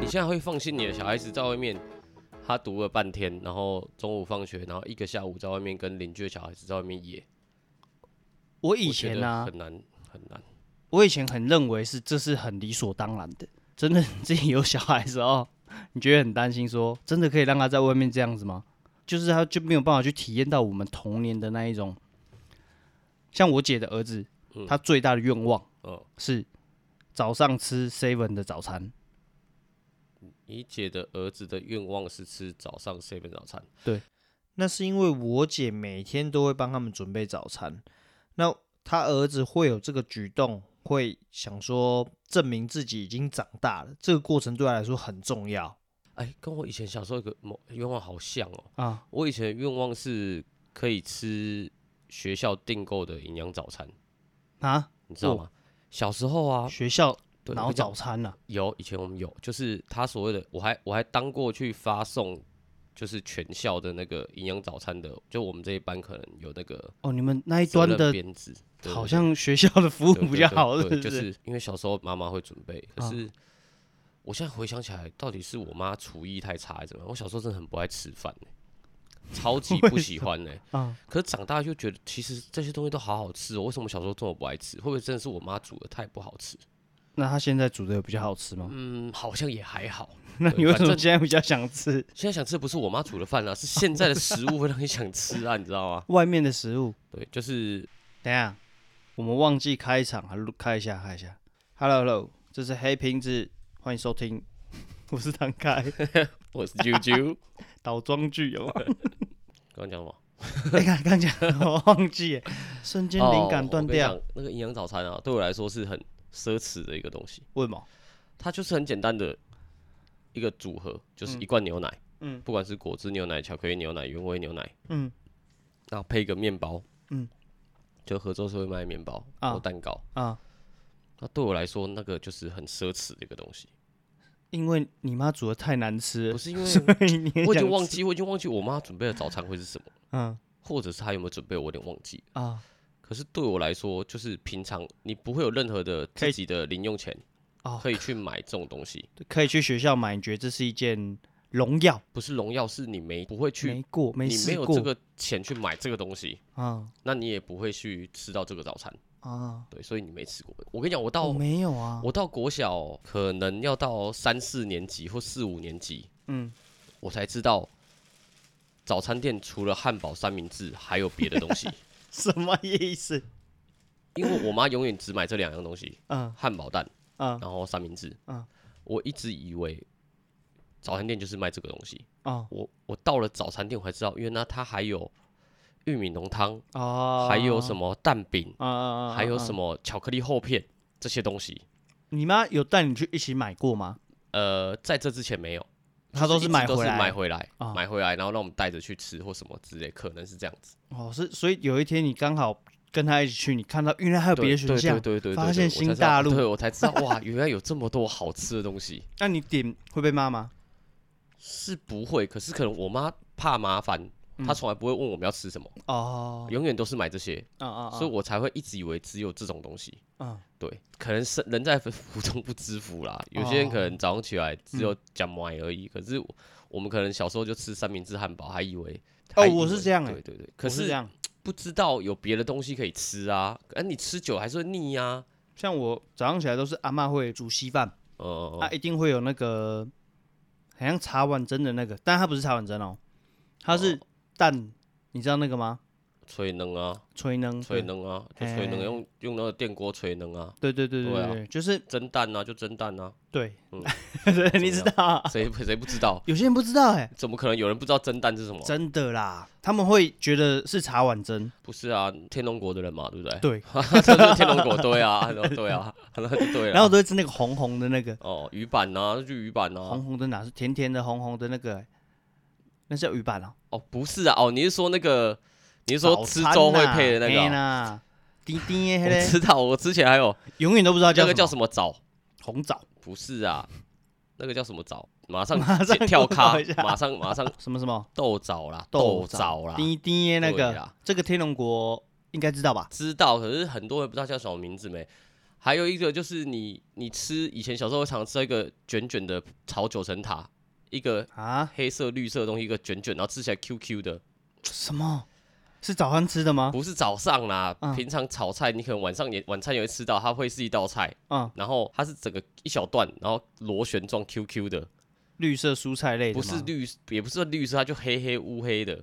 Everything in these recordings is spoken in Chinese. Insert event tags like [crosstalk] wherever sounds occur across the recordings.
你现在会放心你的小孩子在外面，他读了半天，然后中午放学，然后一个下午在外面跟邻居的小孩子在外面野？我我以觉前得啊，很难很难。我以前很认为是这是很理所当然的，真的 [laughs] 你自己有小孩的时候，你觉得很担心说，真的可以让他在外面这样子吗？就是他就没有办法去体验到我们童年的那一种。像我姐的儿子，嗯他最大的愿望嗯，是早上吃 seven 的早餐，你姐的儿子的愿望是吃早上 seven 早餐，那是因为我姐每天都会帮他们准备早餐，那他儿子会有这个举动，会想说证明自己已经长大了，这个过程对他来说很重要。哎，跟我以前小时候有个某愿望好像哦。啊，我以前的愿望是可以吃学校订购的营养早餐，啊，你知道哦吗？小时候啊，学校对然我后跟你讲早餐啊，有，以前我们有，就是他所谓的，我还我还当过去发送，就是全校的那个营养早餐的，就我们这一班可能有那个哦，你们那一责端任的编制，对好对像学校的服务对对比较对好，是对不？就是是因为小时候妈妈会准备，可啊是我现在回想起来，到底是我妈厨艺太差还是怎么样？我小时候真的很不爱吃饭、欸、超级不喜欢呢、欸啊，可是长大就觉得，其实这些东西都好好吃哦、为什么小时候这么不爱吃？会不会真的是我妈煮的太不好吃？那他现在煮的有比较好吃吗？嗯，好像也还好。 [laughs] 那对你为反什么正现在比较想吃现在想吃的不是我妈煮的饭 [laughs] 啊，是现在的食物会让你想吃啊，你知道吗？外面的食物？对，就是等一下，我们忘记开场，还录开一下，开一下。Hello Hello，这是黑瓶子，欢迎收听， [laughs] 我是唐凯，我是啾啾，倒装句有吗？ [laughs] 刚刚讲什么？哎，刚刚讲我忘记耶，瞬间灵感哦断掉我。跟你讲那个营养早餐啊，对我来说是很奢侈的一个东西，为什么？它就是很简单的一个组合，就是一罐牛奶，嗯不管是果汁牛奶、巧克力牛奶、原味牛奶，嗯，然后配一个面包，嗯，就合州是会卖面包啊或蛋糕。啊，那对我来说，那个就是很奢侈的一个东 [laughs] 西，因为你妈煮的太难吃不了，是因为 [laughs] 所以你也我已想经忘吃。记，我已经忘记我妈准备的早餐会是什么。嗯或者是他有没有准备，我有点忘记。啊可是对我来说，就是平常你不会有任何的可以自己的零用钱哦，可以去买这种东西，可以去学校买，你觉得这是一件荣耀？不是荣耀，是你没不会去，没过，没你没试有过这个钱去买这个东西，啊那你也不会去吃到这个早餐，啊！对，所以你没吃过。我跟你讲，我到、我没有啊，哦我到国小可能要到三四年级或四五年级，嗯。我才知道早餐店除了汉堡、三明治还有别的东 [laughs] 西，什么意思？因为我妈永远只买这两样东西，嗯汉堡蛋。嗯然后三明治。嗯我一直以为早餐店就是卖这个东西。哦我我到了早餐店，我才知道，原来它还有玉米浓汤，哦，还有什么蛋饼，啊啊啊？还有什么？么巧克力厚片这些东西。你妈有带你去一起买过吗？呃，在这之前没有，她都就是一直买都回是来，买回来，啊买回来，然后让我们带着去吃或什么之类，可能是这样子。哦，是所以有一天你刚好跟她一起去，你看到原来还有对别的选项，对对对对对，发对现我才新知道大陆对我才知道，哇，原来有这么多好吃的东西。那你点会被骂吗？是不会，可是可能我妈怕麻烦，嗯她从来不会问我们要吃什么，哦，永远都是买这些，啊啊啊！所以我才会一直以为只有这种东西。啊对，可能是人在福中不知福啦。哦有些人可能早上起来只有讲麦而已，可是我我们可能小时候就吃三明治汉堡，还以为哦还以为我是这样欸对对对，可我是这样，不知道有别的东西可以吃啊，哎，你吃久了还是会腻啊。像我早上起来都是阿妈会煮稀饭，啊嗯，她一定会有那个好像茶碗蒸的那个，但它不是茶碗蒸哦，它是蛋，你知道那个吗？吹能啊，炊能，吹能啊，就吹能哎用用那个电锅吹能啊，对对对对对对啊对，就是蒸蛋啊就蒸蛋啊，对嗯， [laughs] 对你知道啊，谁谁不知道？有些人不知道哎、怎么可能有人不知道蒸蛋是什么？真的啦，他们会觉得是茶碗蒸，不是啊，天龙国的人嘛，对不对？对， [laughs] 这是天龙果，对啊， [laughs] 然后对啊，然后就对了。然后都会吃那个红红的那个，哦，鱼板呐、就鱼板呐、啊红红的哪是甜甜的红红的那个欸、那是叫鱼板哦、哦，不是啊，哦，你是说那个，你是早说吃餐粥会呐配的那嘿个啊、啦，滴滴的 [laughs] 我嘞，知道，我之前还有永远都不知道那叫个叫什什么枣，么红枣不是啊，那个叫什么枣，马上 [laughs] 马上跳 Google 咖一下，马上马上什么什么豆枣啦，豆豆枣枣啦，滴滴的那对个啦，这个天龙国应该知道吧？知道，可是很多人不知道叫什么名字没。还有一个就是你你吃以前小时候常吃到一个卷卷的炒九层塔，一个啊，黑色绿色的东西，一个卷卷，然后吃起来 Q Q 的，什么？是早餐吃的吗？不是早上啦，嗯平常炒菜你可能晚上也晚餐也会吃到，它会是一道菜，嗯，然后它是整个一小段，然后螺旋状 Q Q 的，绿色蔬菜类的不吗是绿也不是绿色，它就黑黑乌黑的，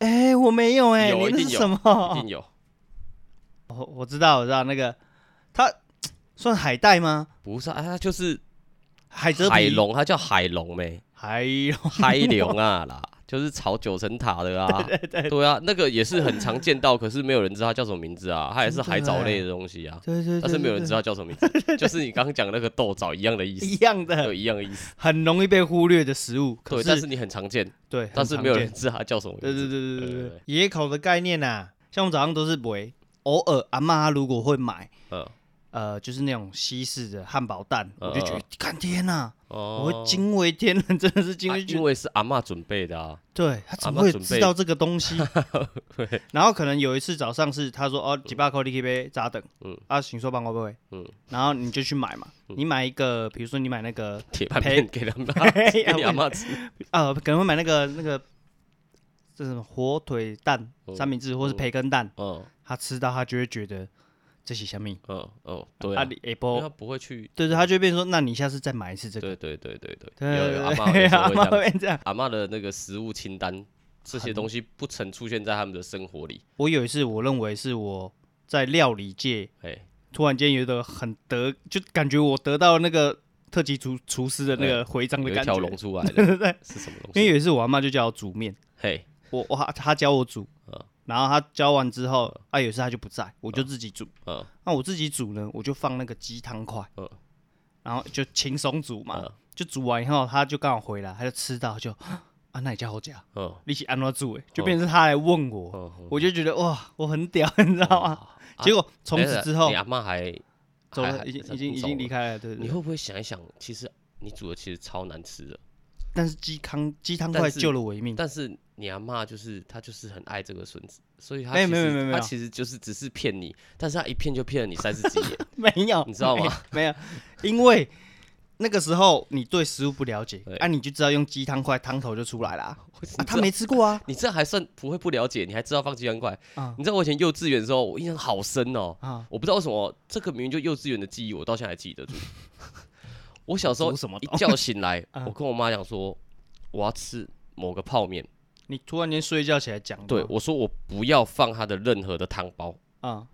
哎、我没有哎、有你一那定是有什么？ [laughs] 一定有，我我知道，我知道那个，它算海带吗？不是啊，它就是海蜇皮海，龙，它叫海龙没、海 [laughs] 龙，嗨龙啊啦，就是炒九层塔的 [laughs] 啊，对啊，那个也是很常见到，可是没有人知道它叫什么名字啊，它也是海藻类的东西啊，对对对，但是没有人 [laughs] 对知道叫什么名字，就是你刚刚讲那个豆枣一样的意对思，一样的，有一样的意思，很容易被忽略的食物。可对，但是你很常见，对，但很是常没有见人知道它叫什么名对对字，对对对对对对，对，野口的概念呐、啊像我早上都是买，偶尔阿妈她如果会买，嗯，呃，就是那种西式的汉堡蛋，我就觉嗯得，看天呐，哦我会惊为天人，真的是惊啊为因天。为是阿嬷准备的 [laughs] 啊，对他怎阿嬷么会准知备道这个 [laughs] 东西？然后可能有一次早上是他说哦，几百块你可以杯咋等？嗯嗯，啊，请说帮我杯，嗯嗯，然后你就去买嘛，你买一个，比如说你买 [laughs] 那个铁板面给他们啊，[laughs] 嘿给你 [laughs] 啊阿嬷吃，呃，可能会买那个那个这是什么火腿蛋哦三明治，或是培根蛋，嗯他吃到他就会觉得这些虾米嗯嗯，对啊，啊，你因为他 apple，不会去，对对，他就会变成说，那你下次再买一次这个，对对对对对，有有对阿对嬷对，有时候阿会这妈样会这样。阿嬷的那个食物清单，这些很东西不曾出现在他们的生活里。我有一次我认为是我在料理界哎，突然间有一个很得，就感觉我得到那个特级厨厨师的那个徽章有的一感条觉。龙因出 [laughs] 来的，是什么东为西？有一次我阿妈就叫我煮面，嘿，我我她她教我煮嗯，然后她教完之后，啊有一次她就不在，我就自己煮。嗯那我自己煮呢，我就放那个鸡汤块嗯，然后就轻松煮嘛嗯，就煮完以后，她就刚好回来，她就吃到就啊那你家好假，嗯你是安怎煮的？就变成是她来问我，嗯，我就觉得哇我很屌，你知道吗？啊结果从此之后你。阿嬷还走还了，还已经还已经已走经了离开了，对对你对会。不会想一想，其实你煮的其实超难吃的，但是鸡汤鸡汤但块是救了我一命。但是你阿嬷就是她就是很爱这个孙子，所以她没有其没有实没有没她有其实就是只是骗你，但是她一骗就骗了你三十 [laughs] 几年，没有，你知道吗 [laughs] 没？没有，因为那个时候你对食物不了解对，啊，你就知道用鸡汤块汤头就出来啦。啊，你他知道没吃过啊，你这还算不会不了解，你还知道放鸡蛋块啊。你知道我以前幼稚园的时候，我印象好深哦。啊我不知道为什么这个明明就幼稚园的记忆，我到现在还记得住。我小时候煮什么一东觉醒来， [laughs] 啊我跟我妈讲说我要吃某个泡面，你突然间睡觉起来讲的吗，对我说我不要放它的任何的汤包，啊，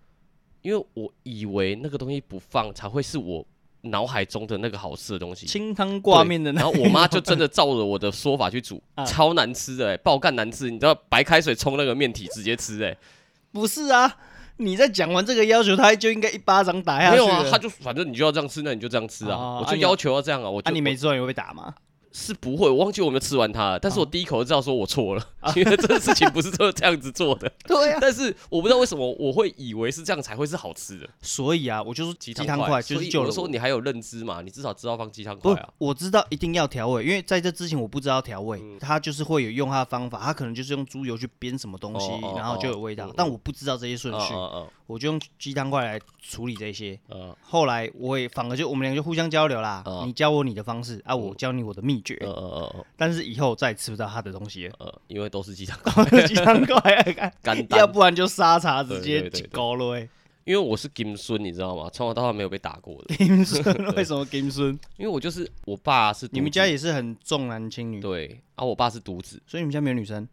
因为我以为那个东西不放才会是我脑海中的那个好吃的东西。清汤挂面的那然后我妈就真的照着我的说法去煮，啊超难吃的、欸，爆干难吃，你知道白开水冲那个面体直接吃、欸， [laughs] 不是啊。你在讲完这个要求，他就应该一巴掌打下去没了。有啊，他就反正你就要这样吃，那你就这样吃啊，哦我啊就你要求要这样啊，我就、啊，你我没吃完也会被打吗？是不会，我忘记我有没有吃完它了，但是哦我第一口就知道说我错了， [laughs] 因为这个事情不是这这样子做的，啊 [laughs] 对啊。但是我不知道为什么我会以为是这样才会是好吃的所以啊，我就说鸡鸡汤块，块就所是以救了我说你还有认知嘛，你至少知道放鸡汤块不啊，，我知道一定要调味，因为在这之前我不知道调味，嗯他就是会有用他的方法，他可能就是用猪油去煸什么东西，哦哦哦然后就有味道，但我不知道这些顺序，嗯我就用鸡汤块来处理这些。嗯嗯后来我也反而就我们俩就互相交流啦，哦你教我你的方式啊，我教你我的秘诀，嗯嗯嗯，但是以后我再也吃不到他的东西了嗯，因为都是鸡汤 [laughs] 块，鸡汤块，干 [laughs] 要单，不然就沙茶直接对对对一对勾了欸。因为我是金孙，你知道吗？从小到大没有被打过的， [laughs] [laughs] 金孙为什么金孙？因为我就是我爸是独你们家子也是很重男轻女，对啊，我爸是独子，所以你们家没有女生。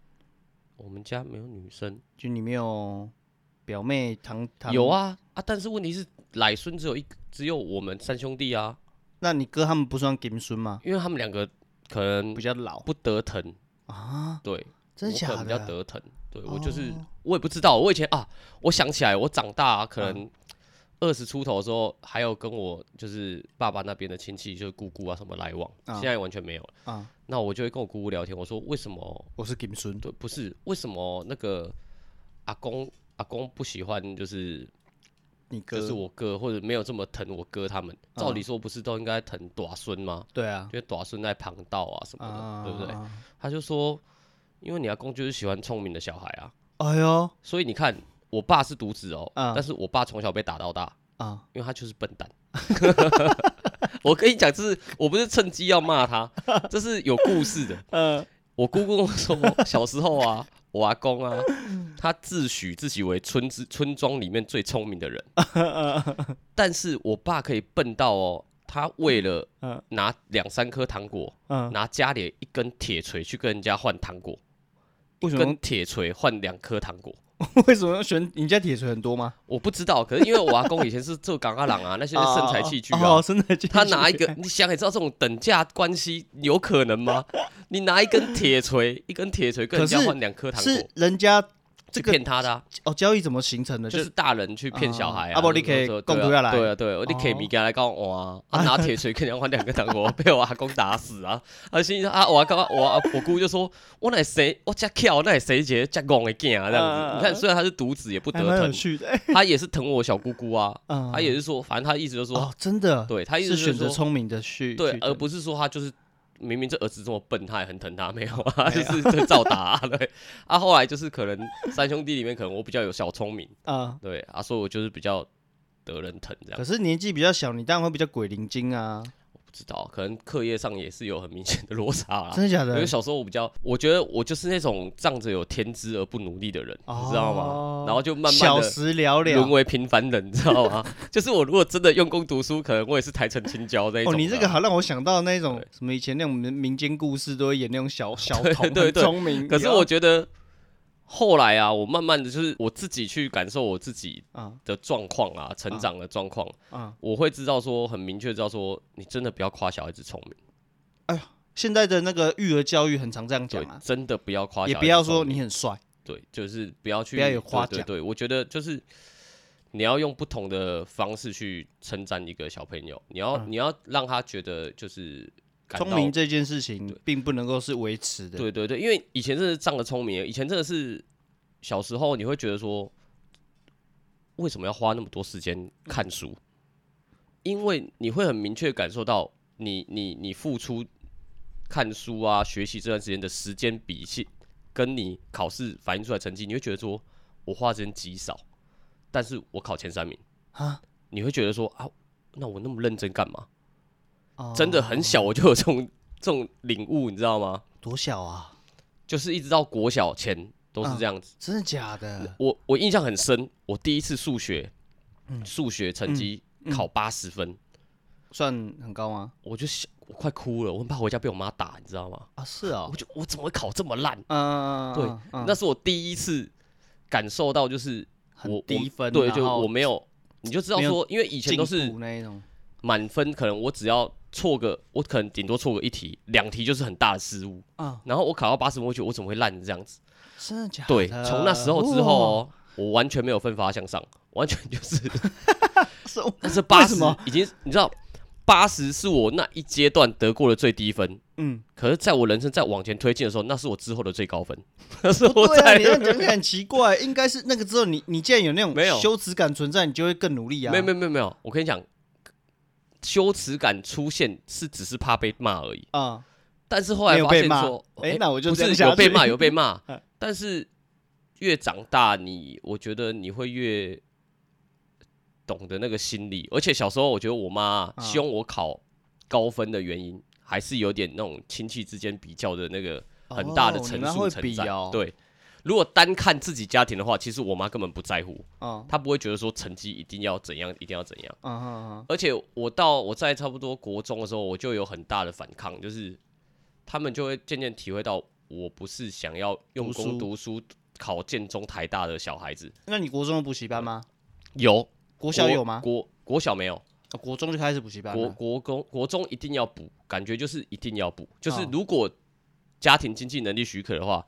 我们家没有女生。就你没有表妹堂堂有，啊啊，但是问题是，奶孙只有一只有我们三兄弟啊，那你哥他们不算金孙吗？因为他们两个可能比较老不得疼，啊，对，真我的假可的能啊？哦比较得疼，对我就是、我也不知道，我以前啊，我想起来，我长大、啊、可嗯能二十出头的时候，还有跟我就是爸爸那边的亲戚，就是姑姑啊什么来往，啊现在完全没有了。啊，那我就会跟我姑姑聊天，我说为什么我是金孙，对，不是为什么那个阿公阿公不喜欢就是你哥就是我哥或者没有这么疼我哥他们，嗯照理说不是都应该疼短孙吗？对啊因为短孙在旁道啊什么的，啊，对不对？啊？他就说，因为你阿公就是喜欢聪明的小孩啊，哎呦所以你看我爸是独子哦，啊但是我爸从小被打到大，啊，因为他就是笨蛋。 [laughs] 我跟你讲，这是我不是趁机要骂他，这是有故事的。呃，我姑姑跟我说，小时候 [laughs] 啊，我阿公啊，他自诩自己为村子村庄里面最聪明的人，但是我爸可以笨到哦，他为了嗯拿两三颗糖果，嗯，拿家里一根铁锤去跟人家换糖果，为什么跟铁锤换两颗糖果。 [laughs] 为什么要选？你家铁锤很多吗？我不知道，可是因为我阿公以前是做港阿郎啊，那些身材器具啊，哦，身材器具，他拿一个，你想也知道这种等价关系有可能吗？你拿一根铁锤，一根铁锤跟人家可是换两颗糖果 [laughs] 是，人家这这个骗他的、啊，哦，交易怎么形成的？就是大人去骗小孩啊不然你就可是以说供对啊出来对啊对啊，你可以哦米给他来告我啊，啊拿铁锤跟人家换两个糖果，被我阿公打死啊！啊，心里说啊，我阿公我阿我姑就说，我哪谁我家跳，那谁姐家戆的囝啊这样子。你看，虽然他是独子，也不得还蛮有疼，趣的，嗯哎他也是疼我小姑姑啊，嗯他也是说，反正他意思就是说，哦，真的，对他意思是选说择聪明的去对去，而的不是说他就是明明这儿子这么笨，他也很疼他，没有啊，就是就照打、啊、对。啊，后来就是可能三兄弟里面，可能我比较有小聪明，啊。对啊，所以我就是比较得人疼这样可。是年纪比较小，你当然会比较鬼灵精啊，不知道，可能课业上也是有很明显的落差啦。真的假因的为？小时候我比较，我觉得我就是那种仗着有天资而不努力的人，你知道哦吗？然后就慢慢小的时了沦了。为平凡人，你知道吗？ [laughs] 就是我如果真的用功读书，可能我也是台城青椒那一种哦，的啊。你这个好让我想到那种对什么以前那种民民间故事都会演那种小小童 [laughs] 对对很聪 [laughs] 明，可是我觉得后来啊，我慢慢的就是我自己去感受我自己啊的状况啊，成长的状况，啊，我会知道说很明确地知道说，你真的不要夸小孩子聪明，现在的那个育儿教育很常这样讲对啊，，真的不要夸小孩子也不要说聪明你很帅，对，就是不要去不要有夸对奖对对，我觉得就是。你要用不同的方式去称赞一个小朋友，你要、你要让他觉得就是感嗯聪到明这件事情对并不能够是维持的。对对对，因为以前真的是仗着聪明，以前真的是小时候你会觉得说，为什么要花那么多时间看书？因为你会很明确地感受到你，你你付出看书啊、学习这段时间的时间比起跟你考试反映出来成绩，你会觉得说我花的时间极少，但是我考前三名啊，你会觉得说啊，那我那么认真干嘛？哦，真的很小我就有这种这种领悟，你知道吗？多小啊，就是一直到国小前都嗯是这样子。真的假的？我我印象很深，我第一次数学，嗯数学成绩考八十分，算很高吗？我就想我快哭了，我很怕回家被我妈打，你知道吗？啊，是哦我，就我怎么会考这么烂？嗯，对嗯，嗯那是我第一次感受到，就是我很低分我，对，然就后我没有，你就知道没有说，因为以前都进是步那一种，满分，可能我只要错个，我可能顶多错个一题、两题就是很大的失误。啊，然后我考到八十分，我觉得我怎么会烂成这样子？真的假的？ [laughs] 对，从那时候之后哦，我完全没有奋发向上， [laughs] 完全就是 [laughs] 是 [laughs] 那是八什十么，已经你知道，八十是我那一阶段得过的最低分。嗯，可是，在我人生再往前推进的时候，那是我之后的最高分， [laughs] 那是我对啊，在你这样讲起来很奇怪，应该是那个之后，你你既然有那种没有羞耻感存在，你就会更努力 [laughs] 啊。没有没有没有没有，我跟你讲，羞耻感出现是只是怕被骂而已。啊，但是后没来有发被现骂说，，哎，那我就哦不这是样下有被去骂有被骂 [laughs] 嗯，但是越长大你，我觉得你会越懂得那个心理。而且小时候，我觉得我妈嗯希望我考高分的原因，还是有点那种亲戚之间比较的那个很大的哦层你妈数会存比在哦。对，如果单看自己家庭的话，其实我妈根本不在乎，啊她不会觉得说成绩一定要怎样，一定要怎样。啊啊而且我到我在差不多国中的时候，我就有很大的反抗，就是他们就会渐渐体会到我不是想要用功读读书、考建中、台大的小孩子。那你国中有补习班吗？有国国小有吗？国国小没有，啊国中就开始补习班国了。国中国中一定要补，感觉就是一定要补，就是哦如果家庭经济能力许可的话，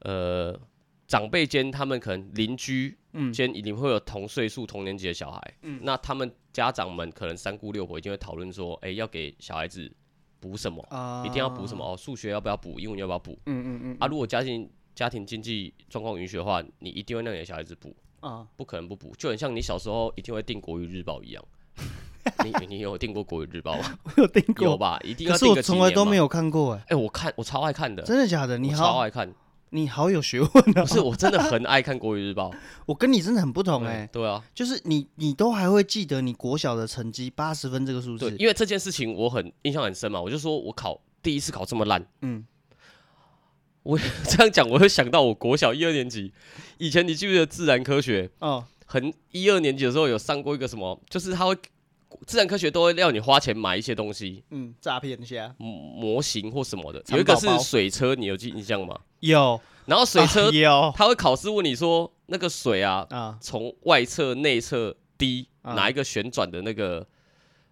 呃，长辈间他们可能邻居嗯间一定会有同岁数、同年级的小孩，那他们家长们可能三姑六婆一定会讨论说，哎、要给小孩子补什么，啊一定要补什么？哦，数学要不要补，英文要不要补嗯嗯嗯啊？如果家庭家庭经济状况允许的话，你一定会让你的小孩子补。 [laughs] 啊，不可能不补，就很像你小时候一定会订国语日报一 [laughs] 样。你你有订过国语日报吗？我有订有过，吧，一定可要是订我个几从来年都嘛没。有看过哎、哎，我看我超爱看的，真的假的？你我超好，爱 [laughs] 看，你好有学问啊！不是我真的很爱看国语日报。我跟你真的很不同哎、对对啊，就是你你都还会记得你国小的成绩八十分这个数对，字，因为这件事情我很印象很深嘛，我就说我考第一次考这么烂，嗯，我 [laughs] 这样讲，我又想到我国小一二年级，以前你记不记得自然科学哦，很一二年级的时候有上过一个什么，就是他会自然科学都会要你花钱买一些东西嗯，诈骗一下模模型或什么的，藏有一个宝是宝水车，你有记印象吗？有然后水车啊有他会考试问你说那个水啊，啊，从外侧、内侧滴啊哪一个旋转的那个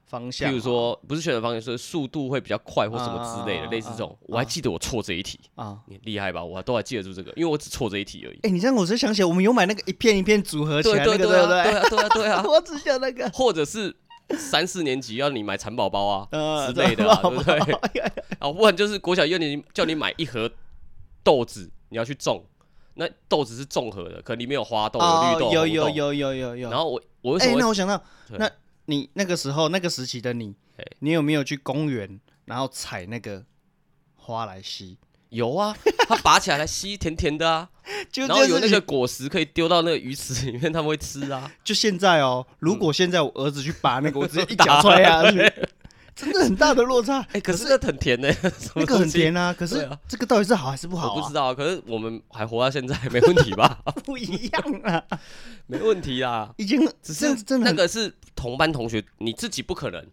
方向，譬如说不是旋转方向，是速度会比较快或什么之类的，啊类似这种。我还记得我错这一题，啊，你厉害吧？我都还记得住这个，因为我只错这一题而已。哎、你这样我才想起来，我们有买那个一片一片组合起对来那个，对不啊对啊对啊对啊， [laughs] 我只想那个，或者是三四年级要你买蚕宝宝啊呃之类的啊，对蚕宝不宝对？ [laughs] 啊，不然就是国小一二年级叫你买一盒豆子，你要去种。那豆子是综合的，可里面有花豆、哦有绿豆、哦有红有豆。有有有有。然后我我为哎、什么那会我想到，对那你那个时候那个时期的你哎，你有没有去公园，然后采那个花来吸？有啊？它拔起来来吸，甜甜的啊。 [laughs] 就然后这有件那事个情，果实可以丢到那个鱼池里面，他们会吃啊。就现在哦，如果现在我儿子去拔那个，我直接一脚踹啊嗯下去，真的很大的 [laughs] 落差。哎、可是那很甜呢、什么那个很东西，甜啊，可对是啊这个到底是好还是不好我不啊知？道啊。可是我们还活到现在，没问题吧？ [laughs] [laughs] 不一样啊，没问题啦。已经只这是样子真的那很个是同班同学，你自己不可能，一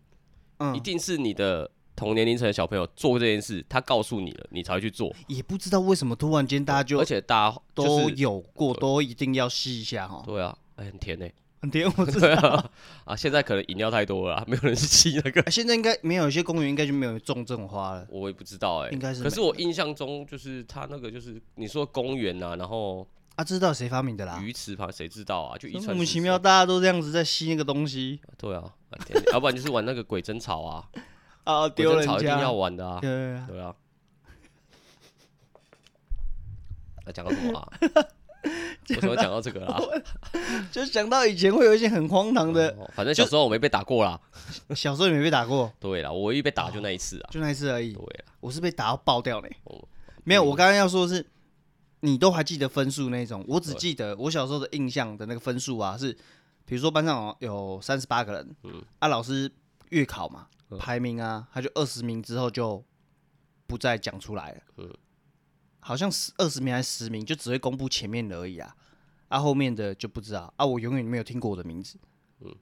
嗯，定是你的同年龄层的小朋友做这件事，他告诉你了，你才会去做。也不知道为什么突然间大家就而且大家就是都有过，都一定要吸一下哈。对啊，哎、很甜呢、很甜，我 [laughs] 知对道。啊，啊，现在可能饮料太多了啊、没有人去吃那个。哎现在应该没有，有些公园应该就没有种这种花了。我也不知道哎、应该是可是我印象中就是他那个就是你说公园啊，然后啊，这是到底谁发明的啦？鱼池旁谁知道啊？就一莫传名十其十妙，大家都这样子在吸那个东西对啊，啊天要不然就是玩那个鬼针草啊，啊，鬼丢针人草一定家。要玩的啊对，对对对啊。啊，讲到什么 [laughs] 啊？为什么讲到这个啦？就想到以前会有一些很荒唐的，哦反正小时候我没被打过啦。嗯小时候也没被打过，对啦，我唯一被打就那一次啊。就那一次而已对。啦，我是被打到爆掉嘞哦。没有，我刚刚要说的是，你都还记得分数那种，我只记得我小时候的印象的那个分数啊，是比如说班上有三十八个人，嗯啊，老师月考嘛，排名啊，他就二十名之后就不再讲出来了，嗯好像十二十名还是十名，就只会公布前面的而已啊，啊，后面的就不知道啊，我永远没有听过我的名字，嗯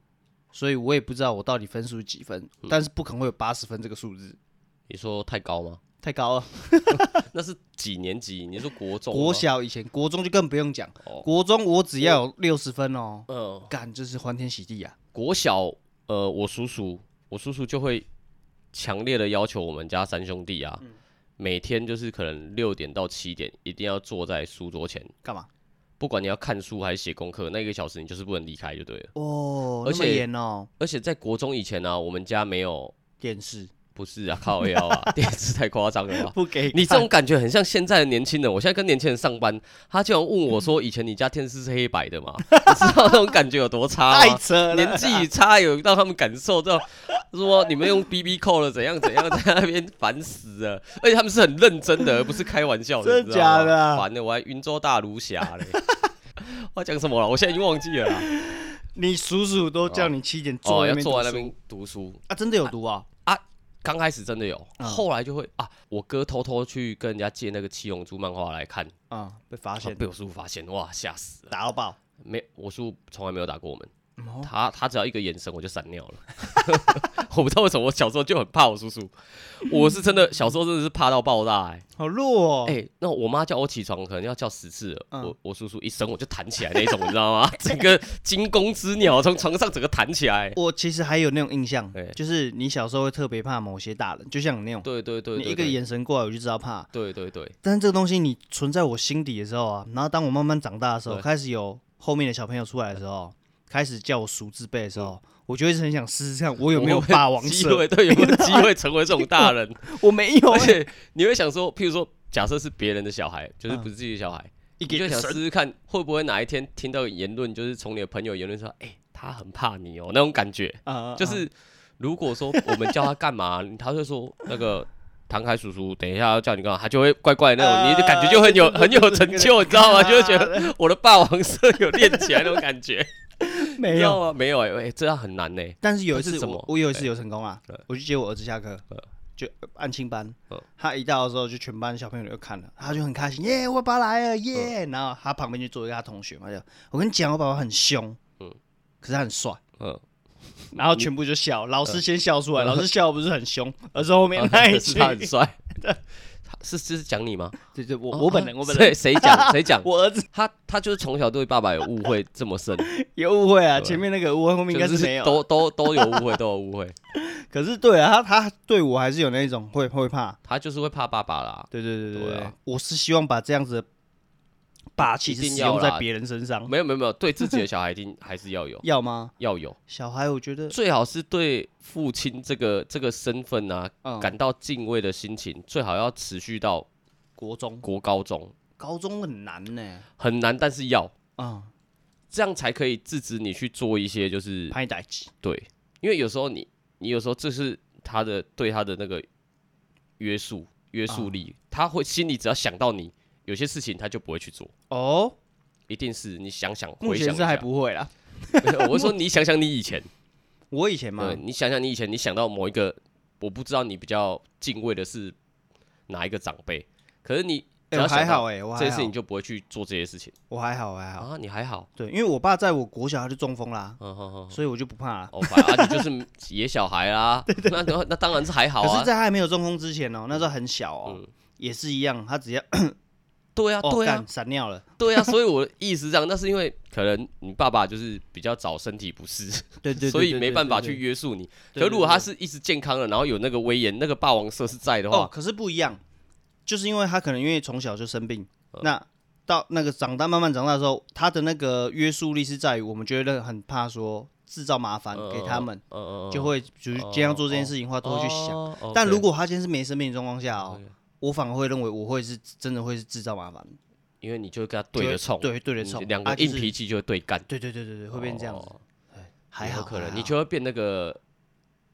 所以我也不知道我到底分数是几分，但是不可能会有八十分这个数字，你说太高吗？ [laughs] 太高了。那是几年级？你说国中？国？小以前，国中就更不用讲。哦国中我只要有六十分哦，嗯，干就是欢天喜地啊！国小，呃，我叔叔，我叔叔就会强烈的要求我们家三兄弟啊，每天就是可能六点到七点一定要坐在书桌前，干嘛？不管你要看书还是写功课，那一个小时你就是不能离开就对了。哦，而那么且严哦，而且在国中以前呢、我们家没有，电视不是啊，靠腰啊， [laughs] 电视太夸张了吧。不给啊你这种感觉很像现在的年轻人。我现在跟年轻人上班，他竟然问我嗯说：“以前你家电视是黑白的吗？” [laughs] 你知道那种感觉有多差吗？ [laughs] 太扯了年啦，纪差有让他们感受到，说你们用 BB 扣了怎样怎样，在那边烦死了。而且他们是很认真的，而不是开玩笑的，真的你知道吗假的啊烦的，我还云州大儒侠嘞。我要讲什么了？我现在已经忘记了啦。 [laughs] 你叔叔都叫你七点哦，坐要在那边坐在那读书边读书。啊，真的有毒啊！刚开始真的有，嗯后来就会啊，我哥偷偷去跟人家借那个《七龙珠》漫画来看，啊，被发啊被我叔父发现，哇，吓死了。打到爆，没，我叔从来没有打过我们。哦他他只要一个眼神我就闪尿了， [laughs] 我不知道为什么我小时候就很怕我叔叔，我是真的小时候真的是怕到爆炸哎、好弱哎、哦！那我妈叫我起床可能要叫十次了，嗯我我叔叔一声我就弹起来那一种，你知道吗？ [laughs] 整个惊弓之鸟从床上整个弹起来，我其实还有那种印象哎，就是你小时候会特别怕某些大人，就像你那种，对对对你对一个对眼神过来我就知道怕。对对对，但是这个东西你存在我心底的时候啊，然后当我慢慢长大的时候，对开始有后面的小朋友出来的时候，开始叫我熟字辈的时候，我就一直很想试试看我有没嗯有我会霸王机色，会？对，有 [laughs] 没有机会成为这种大人？我没有而欸、嗯且你会想说，譬如说，假设是别人的小孩，就是不是自己的小孩， [laughs] 一你就个想试神，试看，会不会哪一天听到言论，就是从你的朋友言论说，哎、他很怕你哦、那种感觉。啊就是 [laughs] 如果说我们叫他干嘛，他就说那个唐凯叔叔，等一下要叫你干嘛，他就会怪怪的那种，你的感觉就很 [laughs] 有啊很有成就，你知道吗？就会觉得得我的霸王色有练起来那种感觉，你 [laughs] 没知道有。吗？没有哎、哎这样很难呢、但是有但一是次怎我么我有一次有成功啊对，我去接我儿子下课对，就安亲班嗯，他一到的时候就全班小朋友就看了，他就很开心，耶，我爸爸来了，耶！然后他旁边就坐一个他同学嘛，就我跟你讲，我爸爸很凶，嗯可是他很帅。嗯，然后全部就笑，老师先笑出来，老师笑不是很凶，而是 [laughs] 后面那啊一是句。他很帅， [laughs] 他是是讲你吗？对对，我哦我本啊人我 [laughs] 本人，谁谁讲谁讲 [laughs] 我儿子他他就是从小对爸爸有误会这么深，有误会啊，对前面那个误会后面应该就是没有啊。都都都有误会，都有误会，可是对啊，他他对我还是有那一种会会怕。他就是会怕爸爸啦。对对对对对啊，我是希望把这样子的霸气一是定使要用在啦别人身上，没有没有没有，对自己的小孩一定还是要有要吗？要有，小孩，我觉得最好是对父亲这个这个身份啊嗯，感到敬畏的心情，最好要持续到国中国高中，高中很难呢。很难，但是要啊，这样才可以制止你去做一些就是拍歹机对，因为有时候你你有时候这是他的对他的那个约束约嗯束力，他会心里只要想到你有些事情他就不会去做，哦，一定是你想想目回想前一是还下，不会啦。没 [laughs] 有我是说你想想你以前。我以前嘛对，，你想想，你以前你想到某一个，我不知道你比较敬畏的是哪一个长辈，可是你只哎我要还想好到哎，我这还件事好情，就不会去做这些事情我还好，我还好。啊，你还好，对，因为我爸在我国小他就中风啦，嗯哼哼，所以我就不怕了。哦，反正啊，你就是野小孩 [laughs] 啦，那那那当然是还好可是，啊，在他还没有中风之前哦，那时候很小哦，嗯也是一样，他只要对啊，哦对干啊，闪 [laughs] 尿了，对啊，所以我的意思是这样，那是因为可能你爸爸就是比较早身体不适，对对，对所以没办法。对去对对约束你。对可如果对他对是一直健康的，然后有那个威严，那个霸王色是在的哦，话，可是不一样，就是因为他可能因为从小就生病，嗯那到那个长大慢慢长大的时候，他的那个约束力是在于我们觉得很怕说制造麻烦嗯给他们，，嗯嗯哦嗯，就会就是尽量做这件事情的话都会去想。想但如果他今天是没生病的状况下哦 OK，我反而会认为我会是真的会是制造麻烦，因为你就跟他对着冲，对对着你冲，两个啊就硬是脾气就会对干，对对对对对，会变这样子，哦还也好有可还能，你好就会变那个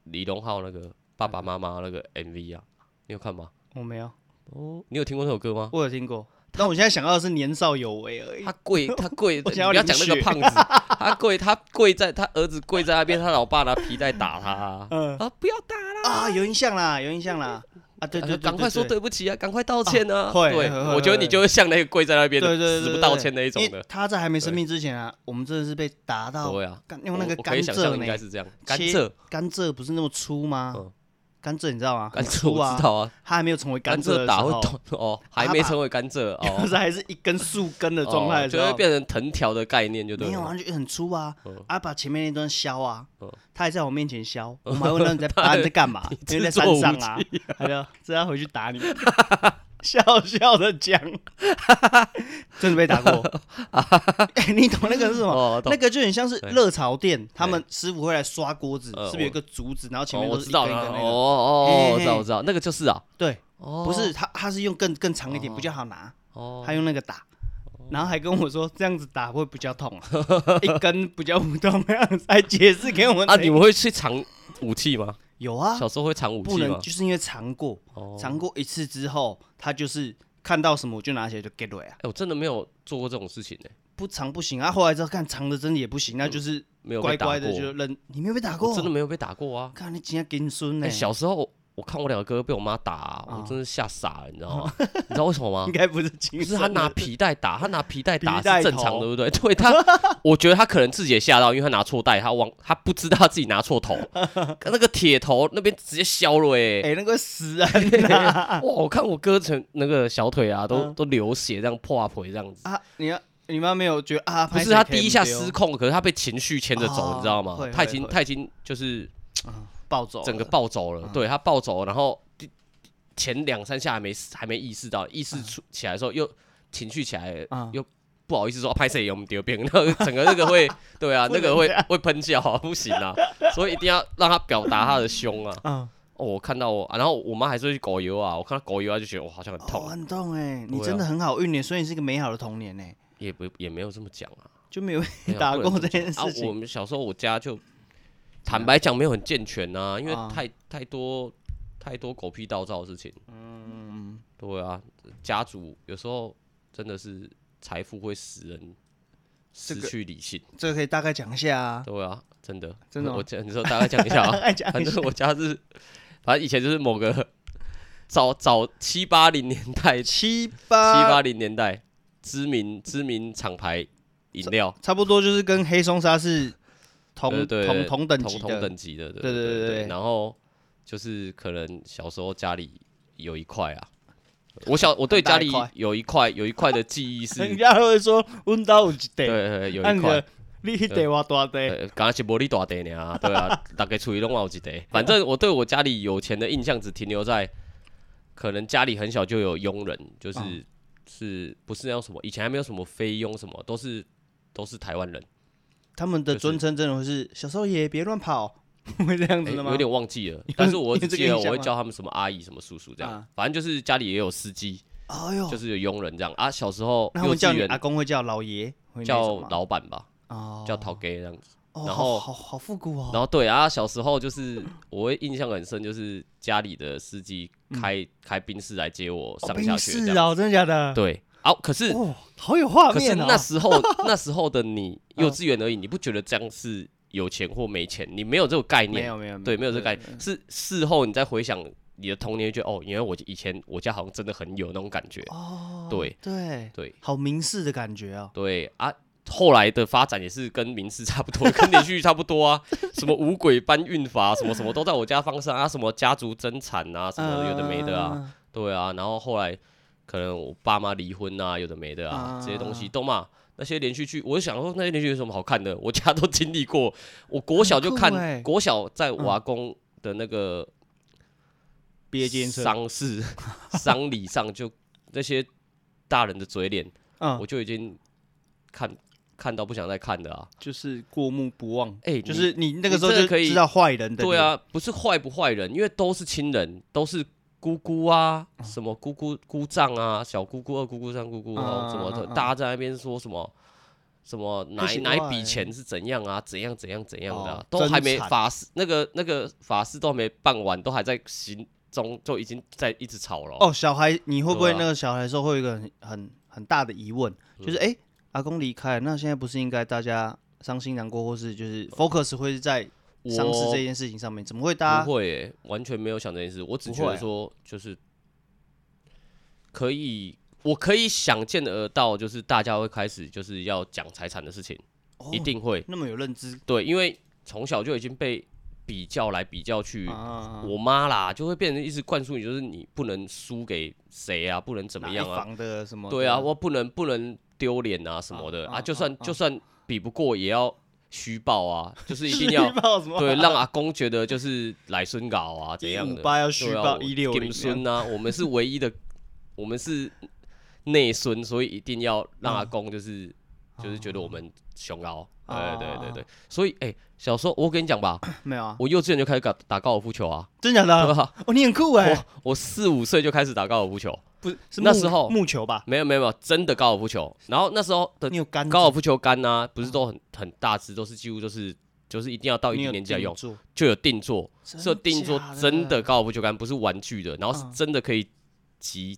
李荣浩那个爸爸妈妈那个嗯 MV 啊，你有看吗？我没有，哦，你有听过那首歌吗？我有听过，但我现在想到的是年少有为而 [laughs] 已他。 [laughs] 跪，他跪，你我不想要要讲流那血个胖子， [laughs] 他跪，他跪在他儿子跪在那边，他老爸拿皮带打他啊，嗯啊不要打啦，啊，有印象啦，有印象啦，啊对对，对赶快说，对不起啊，赶快道歉啊，会对，会会我觉得会你就会像那个跪在那对边的对对对，死不对道对歉那一种因为的，他在还没生病之前啊，我们真的是被打到对啊，干哦用那我个我可甘以想象蔗应该呢，是这样，甘切蔗。甘蔗不是那么粗吗嗯？甘蔗你知 [laughs] 道吗？甘很蔗粗我啊知，道 [laughs] 啊，他还没有成为甘蔗蔗的打时会候，痛 [laughs] 哦，他还没把成为甘蔗哦，就是还是一根树根的状态哦的时就会候，变成藤条的概念，就对没有了。啊，就很粗啊嗯，啊把前面那段削啊嗯，他还在我面前削，我们还问他你 [laughs] 在打你在干嘛？因为在山上啊，还有这要回去打你， [laughs] 笑笑 [laughs] 的讲，真的被打过，哎你懂那个是什么？哦，懂那个就很像是对热潮店，他们师傅会来刷锅子，呃是不是有一个竹子，然后前哦面我都知是一道根一根了，哦那个？哦，我知嘿道，嘿我知道，那个就是啊，对，哦，不是他，他是用更更长一点，哦比较好拿，哦他，用那个打，然后还跟我说这样子打会比较痛啊， [laughs] 一根比较不痛，还解释给我们啊，听你们会去藏武器吗？有啊，小时候会藏武不器能吗？哎就是因为尝过，哦，尝过一次之后，他就是看到什么我就拿起来就 get 了啊，哎，我真的没有做过这种事情欸呢，不尝不行啊，后来之后看尝的真的也不行，那就是嗯没有乖被打乖过，哦的就认，你没有被打过欸我，真的没有被打过啊。看你今天给你孙呢哎，，小时候我看我两个哥哥被我妈打啊，哦我真是吓傻了，你知道 [laughs] 吗？你知道为什么吗 [laughs] 应？该不是亲 [laughs] 不生是的，他拿皮带打，他拿皮带打皮带是正常的，头对不 [laughs] 对？对他，我觉得他可能自己也吓到，因为他拿错带，他忘，他不知道他自己拿错 [laughs] 头，那个铁头那边直接削了哎、哎、那个死啊！ [laughs] 哇！我看我哥成那个小腿啊，都、嗯都流血，这样破腿这样子。啊，你要你妈没有觉得啊？不拍是谁他可以第一下不丢失控，可是他被情绪牵着哦走，你知道吗会？他已会经会他已经就是暴走了，嗯整个暴走了，对他暴走了，然后第前两三下还没还没意识到，意识嗯出起来的时候又情绪起来了，啊又不好意思说拍谁有我们丢边， [laughs] 那个整个那个会对啊， [laughs] 不那能个会会喷笑啊，不行啊，所以一定要让他表达他的凶啊，啊，哦，我看到我，啊然后我妈还是会去狗油啊，我看到狗油啊就觉得我好像很痛哦，啊，很痛哎、你对啊真的很好运呢，所以你是一个美好的童年呢、欸也不也没有这么讲啊。就没有没有 [laughs] 打不能工么这件讲事啊。我情。们小时候我家就坦白讲没有很健全呐、因为啊太太多太多狗屁倒灶的事情。嗯，对啊，家族有时候真的是财富会使人失去理性。这个可以大概讲一下啊， [laughs] 对啊，真的真的吗我讲你说大概讲一下大啊，概 [laughs] 讲反一下正。我家是，反正以前就是某个早早七八零年代七七八呃八零年代知名知名厂牌饮料。差不多就是跟黑松沙是同对对对同同等级同同的，等级的，对对对对对对然后就是可能小时候家里有一块啊，我小我对家大一里块有一块有一块的记 [laughs] 忆是，人对家都会说温到有一块，对对有按一块个。你一块我大块，呃，刚才是玻璃大地呢，对啊， [laughs] 大概处于拢有一地。反正我对我家里有钱的印象只停留在，可能家里很小就有佣人，就是、嗯是不是要什么？以前还没有什么菲佣什么，都是都是台湾人，他们的尊称真的会是小少爷，别乱跑， [laughs] 会这样欸子的吗？有点忘记了，但是我有只这个记得印我象会吗叫他们什么阿姨、什么叔叔这样，啊反正就是家里也有司机，哎呦，就是有佣人这样啊。小时候那他幼们叫稚你园阿公会叫老爷，会那叫种吗老板吧，啊哦，叫陶给这样子。哦，然好后好好复古哦，然后对啊，小时候就是我会印象很深，就是家里的司机开开宾士来接我哦上冰下学室这样。哦，真的假的？对，啊，可是哦，好有画可是面哦嗯那。时候 [laughs] 那时候的你幼稚园而已，你不觉得这样是有钱或没钱？你没有这个概没念，有没嗯有，对，没有这个概念。是事后你再回想你的童年，觉得哦，原来我以前我家好像真的很有那种感觉。哦，对对，对好明示的感觉哦。对啊，后来的发展也是跟民事差不多，跟连续剧差不多啊。什么五鬼搬运法，什么什么都在我家方上啊，什么家族争产啊，什么有的没的啊。嗯，对啊，然后后来可能我爸妈离婚啊，有的没的啊，这些东西都嘛。那些连续剧，我就想说那些连续剧有什么好看的？我家都经历过，我国小就看，很酷欸国小在我阿公的那个毕业纪念册，丧事、丧礼上，就那些大人的嘴脸，嗯，我就已经看看到不想再看的啊。就是过目不忘。哎、就你是你那个时候你真就的可以知道坏人的，对，啊，不是坏不坏人，因为都是亲人，都是姑姑啊，什么姑姑姑丈啊，小姑姑、二姑姑、三姑姑，然后什么啊的，啊啊啊大家在那边说什么。什么哪不行哪一哇笔哎钱是怎样啊？怎样怎样怎样的啊、哦都还真没惨法事，那个那个法事都还没办完，都还在行中，就已经在一直吵了。哦，小孩，你会不对会啊嗯那个小孩的时候会有一个很很很大的疑问，就是哎、诶阿公离开了，那现在不是应该大家伤心难过，或是就是 focus 会是在伤事嗯我这件事情上面？怎么会不大家会耶、完全没有想这件事。我只啊不觉会得啊说，就是可以，我可以想见得到，就是大家会开始就是要讲财产的事情，哦一定会那么有认知对，因为从小就已经被比较来比较去。啊？我妈啦，就会变成一直灌输你，就是你不能输给谁啊，不能怎么哪一样啊，房的什么的？对啊，我不能不能丢脸啊什么的啊啊，啊就啊算啊就算比不过也要虚报啊，就是一定要虚报什 [laughs] 么？对，让阿公觉得就是来孙搞啊，怎样的？ 158要虚对啊报我160金孙啊，我们是唯一的，我们是内孙，所以一定要让阿公 [laughs] 就是、就是觉得我们雄高。对对对对，所以哎、小时候我跟你讲 [laughs] 吧，没有啊，我幼稚园就开始打打高尔夫球啊，真假的对啊？吧？哦，你很酷哎、 [laughs] 我我四五岁就开始打高尔夫球，不是是那木时候木球吧？没有没有没有，真的高尔夫球。然后那时候的你有杆高尔夫夫球杆啊，不是都很很大只，都是几乎就是就是一定要到一定年纪要用，就有定做。是有定做真的高尔夫球杆，不是玩具的，然后是嗯真的可以击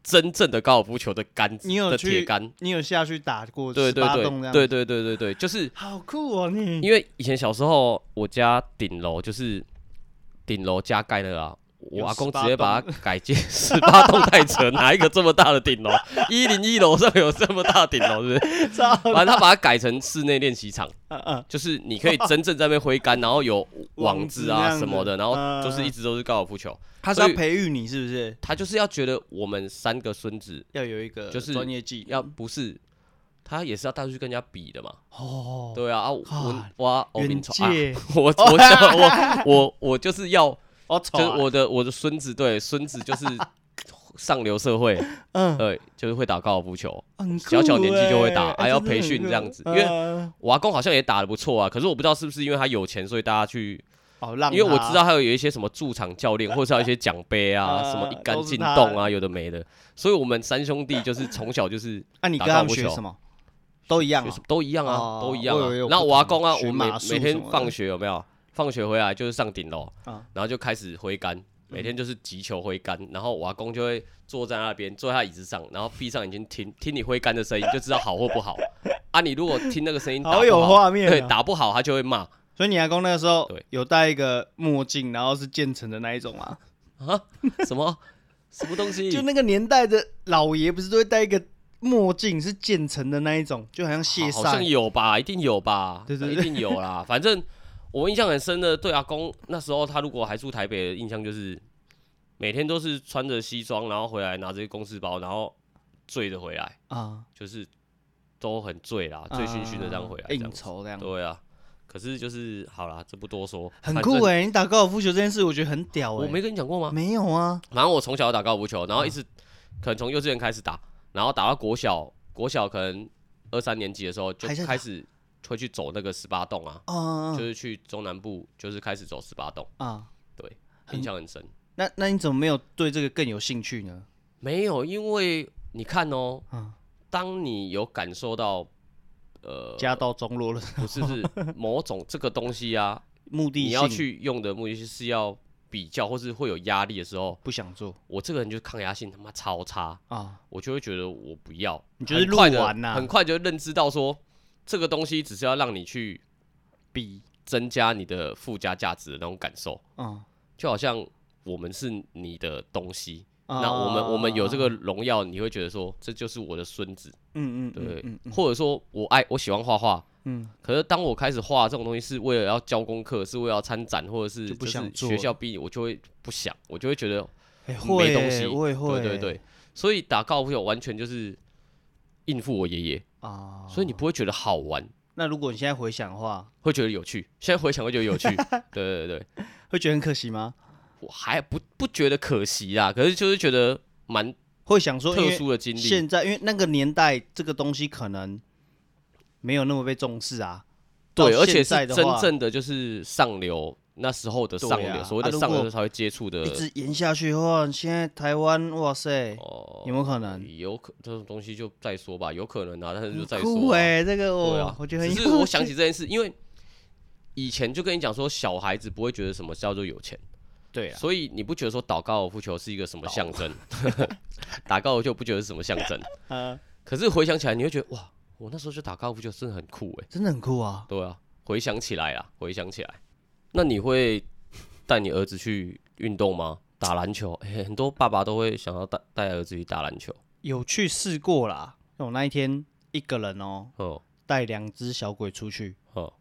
真正的高尔夫球的杆子你有的去铁杆，你有下去打过对十对八对洞这样？对，对对对对，就是好酷哦 [laughs] 你！因为以前小时候我家顶楼就是顶楼加盖了啊。我有阿公直18接把它改 [laughs] 建十八栋太扯，哪一个这么大的顶楼？一零一楼上有这么大的顶楼是不是？超反正他把它改成室内练习场，嗯嗯，就是你可以真正在那边挥杆，然后有网子网子那啊样子什么的，然后就是嗯一直都是高尔夫球。他是所要以培育你是不是？他就是要觉得我们三个孙子要有一个就是专业技要不是他也是要带出去跟人家比的嘛，哦，对啊，啊我啊我我远明啊，界 [laughs] 我我想我我我就是要哦，丑就啊是我的我的孙子对孙子就是上流社会，嗯，对，就是会打高尔夫球，很小小酷年纪就会打欸还要培训这样子因为嗯我阿公好像也打的不错啊，可是我不知道是不是因为他有钱，所以大家去哦，让因为我他知道还有有一些什么驻场教练，或是还有一些奖杯啊， [laughs] 啊什么一杆都是进他洞啊，有的没的。所以我们三兄弟就是从小就是啊，你打跟他高们尔夫学球什么？都一样学啊什么都一样哦啊，都一样啊我以为有。然后不我阿同公啊，学我马每术每什天么的放学有没有？放学回来就是上顶楼啊，然后就开始挥嗯杆，每天就是击球挥杆。然后我阿公就会坐在那边，坐在他椅子上，然后闭上眼睛听听你挥杆的声音，就知道好或不好。 [laughs] 啊，你如果听那个声音打好不有好，画面、啊，对，打不好他就会骂所以你阿公那个时候对有戴一个墨镜，然后是渐层的那一种啊，啊，什么什么东西？就那个年代的老爷不是都会戴一个墨镜，是渐层的那一种，就好像谢好晒。好像有吧，一定有吧，对对一定有 [laughs] 啦。反正我印象很深的，对阿公那时候他如果还住台北的印象就是，每天都是穿着西装，然后回来拿着公事包，然后醉着回来，啊，就是都很醉啦，醉醺醺的这样回来啊这样应子。酬这样，对啊，可是就是好啦，这不多说，很反酷正。哎！你打高尔夫球这件事，我觉得很屌我哎。没跟你讲过吗？没有啊，然后我从小打高尔夫球，然后嗯一直可能从幼稚园开始打，然后打到国小，国小可能二三年级的时候就还在打开始会去走那个十八洞啊，啊就是去中南部，就是开始走十八洞，啊，对，很印象很深。那那你怎么没有对这个更有兴趣呢？没有，因为你看哦，嗯当你有感受到，呃家道中落了，不是不 [laughs] 是某种这个东西啊，目的你要性去用的目的是要比较，或是会有压力的时候，不想做我这个人就是抗压性他妈超差，啊，我就会觉得我不要。你就是很快录的完呐很快就认知到说，这个东西只是要让你去比增加你的附加价值的那种感受，啊，就好像我们是你的东西，啊那我们我们有这个，荣耀，你会觉得说这就是我的孙子，嗯嗯，对不对，嗯嗯或者说我爱我喜欢画画。嗯，可是当我开始画这种东西，是为了要交功课，是为了要参展，或者是就不就是想做学校逼你，我就会不想，我就会觉得哎没会东欸西我也会，对对对，所以打高尔夫球完全就是应付我爷爷啊，所以你不会觉得好玩，那如果你现在回想的话，会觉得有趣。现在回想会觉得有 [laughs] 趣，对对对，会觉得很可惜吗？我还不不觉得可惜啦，可是就是觉得蛮会想说，因特为殊的经历。现在因为那个年代这个东西可能没有那么被重视啊，对，到而且现是在的真话正的就是上流那时候的对上流，啊所谓啊的如上果流才会接触的一直延下去的话，现在台湾哇塞，哦有没有可能？有可这种东西就再说吧，有可能啊，但是就再很说酷啊、哎，这个对我啊，我觉得很只有是趣。我想起这件事，因为以前就跟你讲说，小孩子不会觉得什么叫做有钱，对啊，所以你不觉得说打高尔夫球是一个什么象征？ [laughs] 打高尔夫球不觉得是什么象征？呃，可是回想起来，你会觉得哇，我那时候就打高尔夫球真的很酷哎、真的很酷啊。对啊，回想起来啦，回想起来，那你会带你儿子去运动吗？打篮球、欸，很多爸爸都会想要带带儿子去打篮球。有去试过啦。我那一天一个人哦，哦带两只小鬼出去，哦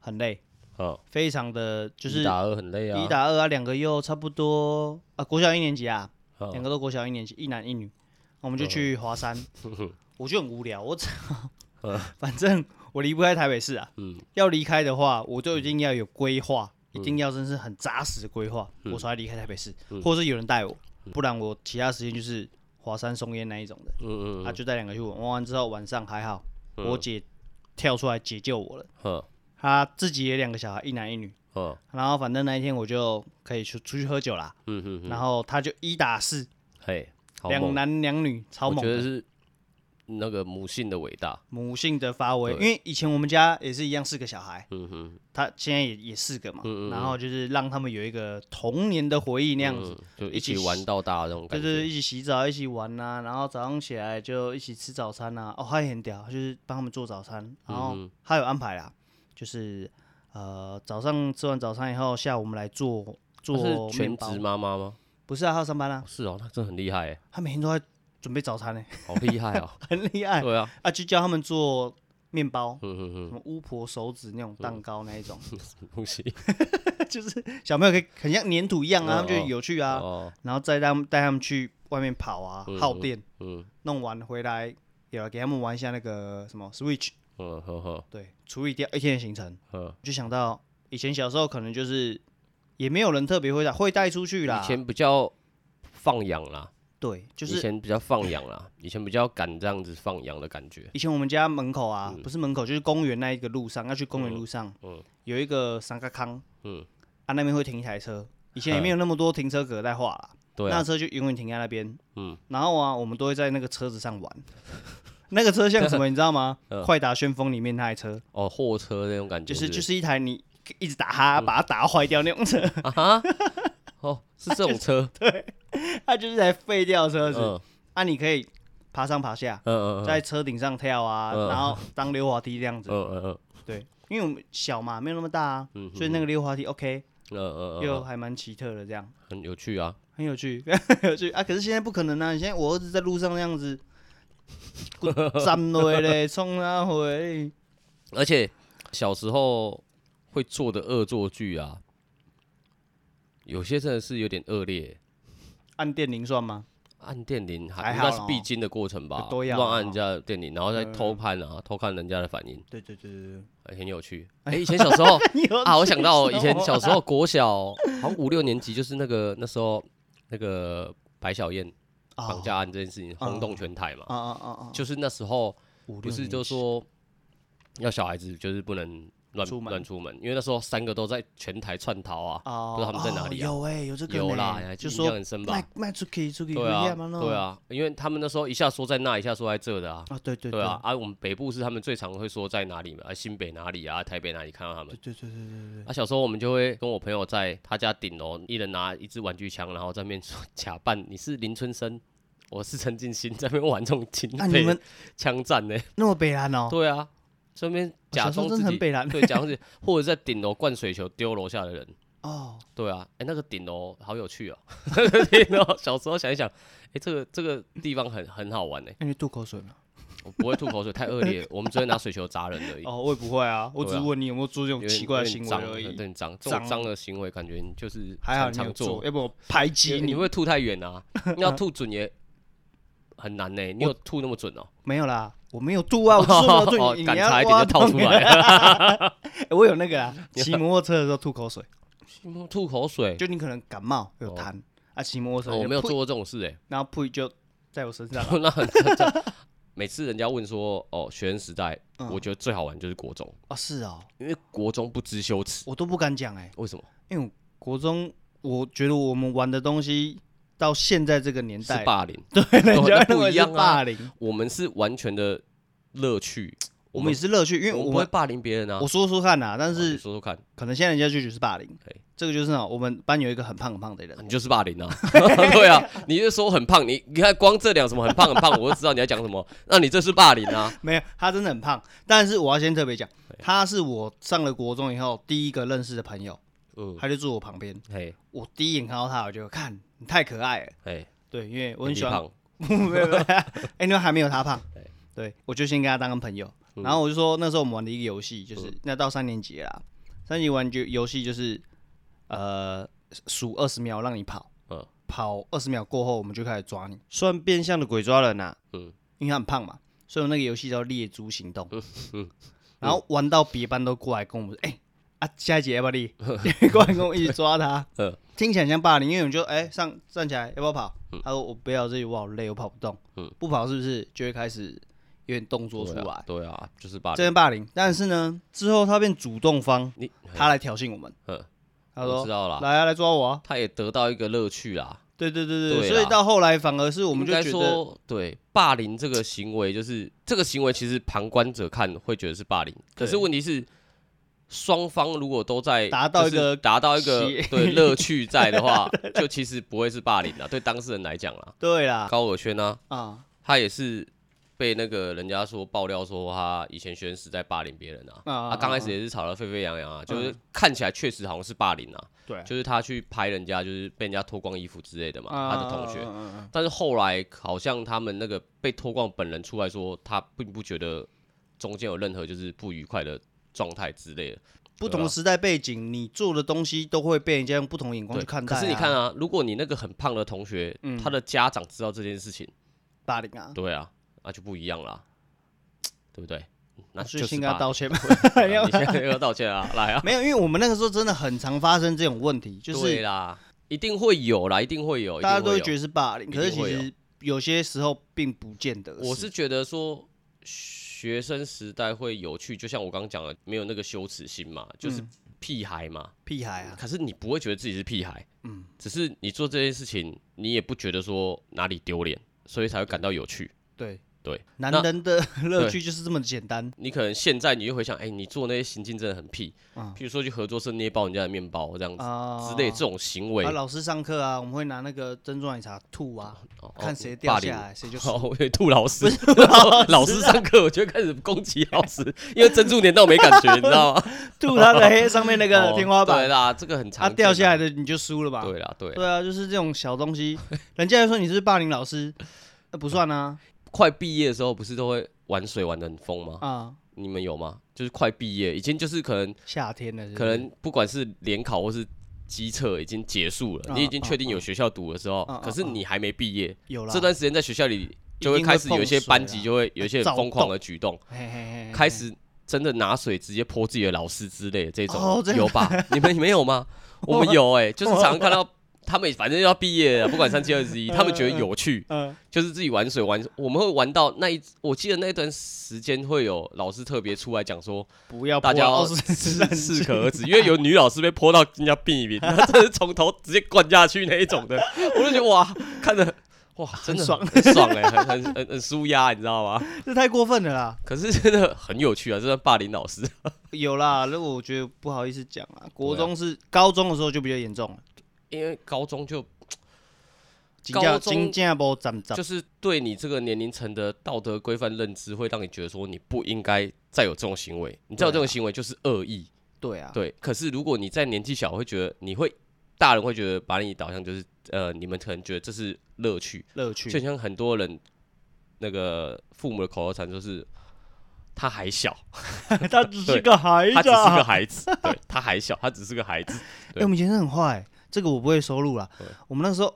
很累，哦，非常的就是一打二很累啊。一打二啊，两个又差不多啊，国小一年级啊，哦两个都国小一年级，一男一女，我们就去 [laughs] 华山。我就很无聊，我只 [laughs] 反正我离不开台北市啊。嗯要离开的话，我就一定要有规划，一定要真是很扎实的规划，嗯我才会离开台北市，或者是有人带我，不然我其他时间就是华山松烟那一种的。嗯嗯啊，就带两个去玩，玩完之后晚上还好，我姐跳出来解救我了。嗯她自己也两个小孩，一男一女。嗯然后反正那一天我就可以去出去喝酒啦，嗯嗯嗯，然后她就一打四，嘿，好猛两男两女，超我猛觉得的，是那个母性的伟大。母性的发威。因为以前我们家也是一样四个小孩，嗯哼，她现在也也四个嘛，嗯嗯嗯然后就是让他们有一个童年的回忆那样子。嗯就一一起起玩到大的那种就感是觉。一起洗澡，一起玩呐、然后早上起来就一起吃早餐呐、哦，他也很屌，就是帮他们做早餐，然后嗯他有安排啦，就是呃早上吃完早餐以后，下午我们来做她做是面全包职。妈妈吗？不是啊，他要上班哦，啊是哦，那真的很厉害耶，他每天都在准备早餐 [laughs] 呢、好厉害 [laughs] 哦。很厉害对啊，啊，就教他们做面包。嗯什嗯么巫婆手指那种蛋糕那一种，嗯，什么东西就是嗯小朋友可以很像粘土一样啊，他们哦就哦有趣啊，哦，然后再带他们带他们去外面跑啊，嗯耗电，嗯弄完回来，有了给他们玩一下那个什么 Switch，嗯，呵呵对，处理掉一天的行程，呵。就想到以前小时候可能就是也没有人特别会带，会带出去啦以，前比较放养啦，对，就以是前比较放养 [laughs] 啦，以前比较敢这样子放养的感觉。以前我们家门口啊，不是门口就是公园那一个路上，要去公园路上，嗯嗯有一个三嘎康，嗯啊那边会停一台车，以前也没嗯有那么多停车格在画啦，对那啊，车就永远停在那边。嗯，然后啊，我们都会在那个车子上玩。 [laughs] 那个车像什么，你知道吗？ [laughs] 嗯快打旋风里面那台车，哦，货车那种感觉，就是就是是一台你一直打哈，嗯把它打到坏掉那种 [laughs] 车，啊哈，哦，是这种车，它 [laughs] 就是台废掉的车嗯子。嗯啊，你可以爬上爬下，嗯，嗯在车顶上跳啊，嗯然后当溜滑梯这样嗯子。嗯嗯对，因为我们小嘛，没有那么大啊，嗯，所以那个溜滑梯 OK，嗯嗯嗯又嗯，还蛮奇特的这样。很有趣啊，很有趣， [laughs] 很有趣啊！可是现在不可能啊！你现在我儿子在路上那 [laughs] 样子，滚站落嘞，冲啊回，而且小时候会做的恶作剧啊，有些真的是有点恶劣。按电铃算吗？按电铃还还应该好是啦必经的过程吧，都要乱啊嗯按人家的电铃，然后再偷看啊，偷看人家的反应，对对对 [laughs] 对哎很有趣。哎，以前小时 [laughs] 候对，有啊，我想到以前什么小时候国小，好像五六年级，就是那个那时候那个白小燕啊绑架案这件事情轰动全台嘛，啊啊啊啊！就是那时候五不六是年就级说要小孩子就是不能乱出门乱出门，因为那时候三个都在全台窜逃啊，哦，不知道他们在哪里啊哦有哎，有这个有啦，呢你还就印说象很深吧卖？卖出去出去，对回家啊，嘛咯对啊，因为他们那时候一下说在那，一下说在这的啊。啊，对对对啊，，啊，我们北部是他们最常会说在哪里嘛，啊，新北哪里啊，台北哪里看到他们对。对对对对对，啊，小时候我们就会跟我朋友在他家顶楼，一人拿一支玩具枪，然后在那边 [laughs] 说假扮你是林春生，我是陈进兴，在那边玩这种警啊，你匪们 [laughs] 枪战呢、那么北蓝哦，对啊，这边假小时候装真自的很己北蓝 [laughs] 对，假装自己或者在顶楼灌水球丢楼下的人。哦，对啊，哎、那个顶楼好有 [laughs] 趣啊！那个顶楼，小时候想一想，哎、这个这个地方很很好玩呢、那你吐口水吗？我不会吐口水，太恶劣了，我们只会拿水球砸人而已。哦，我也不会啊，我只是对啊问你有没有做这有点种奇怪的有点行为脏而有已。点脏，这种脏脏的行为感觉你就是还好常你常有做，做，要不我排因为挤你你。会吐太远啊，你 [laughs] 要吐准也很难呢。你有吐那么准哦？没有啦，我没有吐啊，我就是 [laughs] 没有吐。哦你敢你要差一点就挖套洞出啊来欸 [laughs] 我有那 [laughs] 个啦，骑摩托车的时候吐口水，吐口水，就你可能感冒有哦痰啊，骑摩托车哦我就没有噗做，过这种事哎。。然后噗就在我身上 [laughs] 那很这这 [laughs] 每次人家问说哦，学生时代，嗯我觉得最好玩就是国中，哦，是哦，因为国中不知羞耻。我都不敢讲哎，为什么？因为我国中我觉得我们玩的东西到现在这个年是代，霸凌，对， [laughs] 人那家不认为一是样啊霸凌，我们是完全的乐趣。我们也是乐趣，因为我我们不会们霸凌别人啊。我说说看呐，但哦你是说说看，可能现在人家就觉得是霸凌对，这个就是那种我们班有一个很胖很胖的人啊。你就是霸凌啊！ [laughs] 对啊，你就说很胖，你你看光这两什么很胖很胖，我就知道你在讲什么。那你这是霸凌啊！ [laughs] 没有，他真的很胖。但是我要先特别讲，他是我上了国中以后第一个认识的朋友，嗯，他就住我旁边。嘿，我第一眼看到他，我就看你太可爱了。嘿，对，因为我很你喜欢，胖， [laughs] 没 [laughs] 有没有，哎，因为还没有他胖对。对，我就先跟他当个朋友。嗯然后我就说，那时候我们玩的一个游戏，就是那到三年级了啦，三年级玩就游戏就是，呃，数二十秒让你跑，嗯跑二十秒过后，我们就开始抓你，算变相的鬼抓人呐、嗯，因为他很胖嘛，所以我那个游戏叫猎猪行动。嗯然后玩到别班都过来跟我们说，哎、啊，下一节要不要 [laughs] 你过来跟我一起抓他？嗯听起来很像霸凌，因为我们就哎、上站起来要不要跑？他说我不要，这里我好累，我跑不动。嗯不跑是不是就会开始有点动作出对来啊？对啊，就是霸这凌。是霸凌，但是呢，之后他变主动方，你他来挑衅我们。嗯，他我说知道啦，来啊，来抓我啊！他也得到一个乐趣啦。对对对对，对啦所以到后来反而是我我们就该觉得说，对霸凌这个行为，就是这个行为，其实旁观者看会觉得是霸凌，可是对问题是，双方如果都在达到一就是个达到一个协对乐趣在的 [laughs] 话，就其实不会是霸凌啦。对当事人来讲啦，对啦高尔轩呢，啊，他也是被那个人家说爆料说他以前学生时代霸凌别人啊。啊啊啊，刚开始啊也是吵得沸沸扬扬啊，就是嗯看起来确实好像是霸凌啊，对就是他去拍人家，就是被人家脱光衣服之类的嘛，啊他的同学啊，啊啊啊但是后来好像他们那个被脱光本人出来说，他并不觉得中间有任何就是不愉快的状态之类的。不对同啊时代背景，你做的东西都会被人家用不同眼光对，去看待、可啊。是你看啊，如果你那个很胖的同学，嗯他的家长知道这件事情，霸凌啊，对啊，那就不一样啦，对不对？那所就以是先跟他吧道歉吧。对啊你现在要道歉 [laughs] 啊，来啊，没有，因为我们那个时候真的很常发生这种问题，就对是啦，一定会有啦，一定会有，大家一定都会会有觉得是霸凌，一可是定其会有实有些时候并不见得。我是觉得说，学生时代会有趣，就像我刚刚讲的，没有那个羞耻心嘛，就是嗯哎屁孩嘛，屁孩啊，可是你不会觉得自己是屁孩，嗯，只是你做这件事情，你也不觉得说哪里丢脸，所以才会感到有趣。对对，男那人 [laughs] 的乐对趣就是这么简单。你可能现在你就回想，哎、你做那些行径真的很屁，嗯譬如说去合作社捏爆人家的面包这样子、啊之类这种行为，啊，老师上课啊，我们会拿那个珍珠奶茶吐啊，哦看谁哦掉霸下凌来谁就哦输。，我以为吐老师，啊 [laughs] 老师上课我就开始攻击老师，因为珍珠粘到我没感觉，你知道吗？ [laughs] 吐他的黑上面那个哦天花对板，啦，这个很常啊见啊掉下来的你就输了吧？对啦，对啦，对啊，就是这种小东西，人家还说你是不是霸凌老师，那不算啊快毕业的时候不是都会玩水玩的很疯吗？啊，你们有吗？就是快毕业，已经就是可能夏天的可能不管是联考或是机测已经结束了，啊你已经确定有学校读的时候啊啊啊，可是你还没毕业，有啦，这段时间在学校里就一定会开始有一些碰水啊哎班啦级就会有一些很疯狂的举动，嘿嘿嘿嘿开始真的拿水直接泼自己的老师之类的这种，哦真的有吧？你们你们有 [laughs] 吗？我们有哎、就是常常看到他们反正要毕业了，不管三七二十一，他们觉得有趣，嗯就是自己玩水玩，我们会玩到那一，我记得那段时间会有老师特别出来讲说，不要大家要要适适可而止， [laughs] 因为有女老师被泼到人家病一病，她真的是从头直接灌下去那一种的，我就觉得哇，看着哇，真的很爽很爽哎、很很很很舒压，你知道吗？这太过分了啦！可是真的很有趣啊，这算霸凌老师，有啦，那我觉得不好意思讲啊，国中是高中的时候就比较严重了，因为高中就真的高中真正无站站，就是对你这个年龄层的道德规范认知，会让你觉得说你不应该再有这种行为，你再有这种行为就是恶意。对啊，对，可是如果你在年纪小，会觉得你会大人会觉得把你导向就是呃，你们可能觉得这是乐趣，乐就趣像很多人那个父母的口头禅就是他还小， [laughs] 他只是个孩他只子是个啊，孩子，对他还小，他只是个孩子。哎，我们以前是很坏，这个我不会收录啦对。我们那时候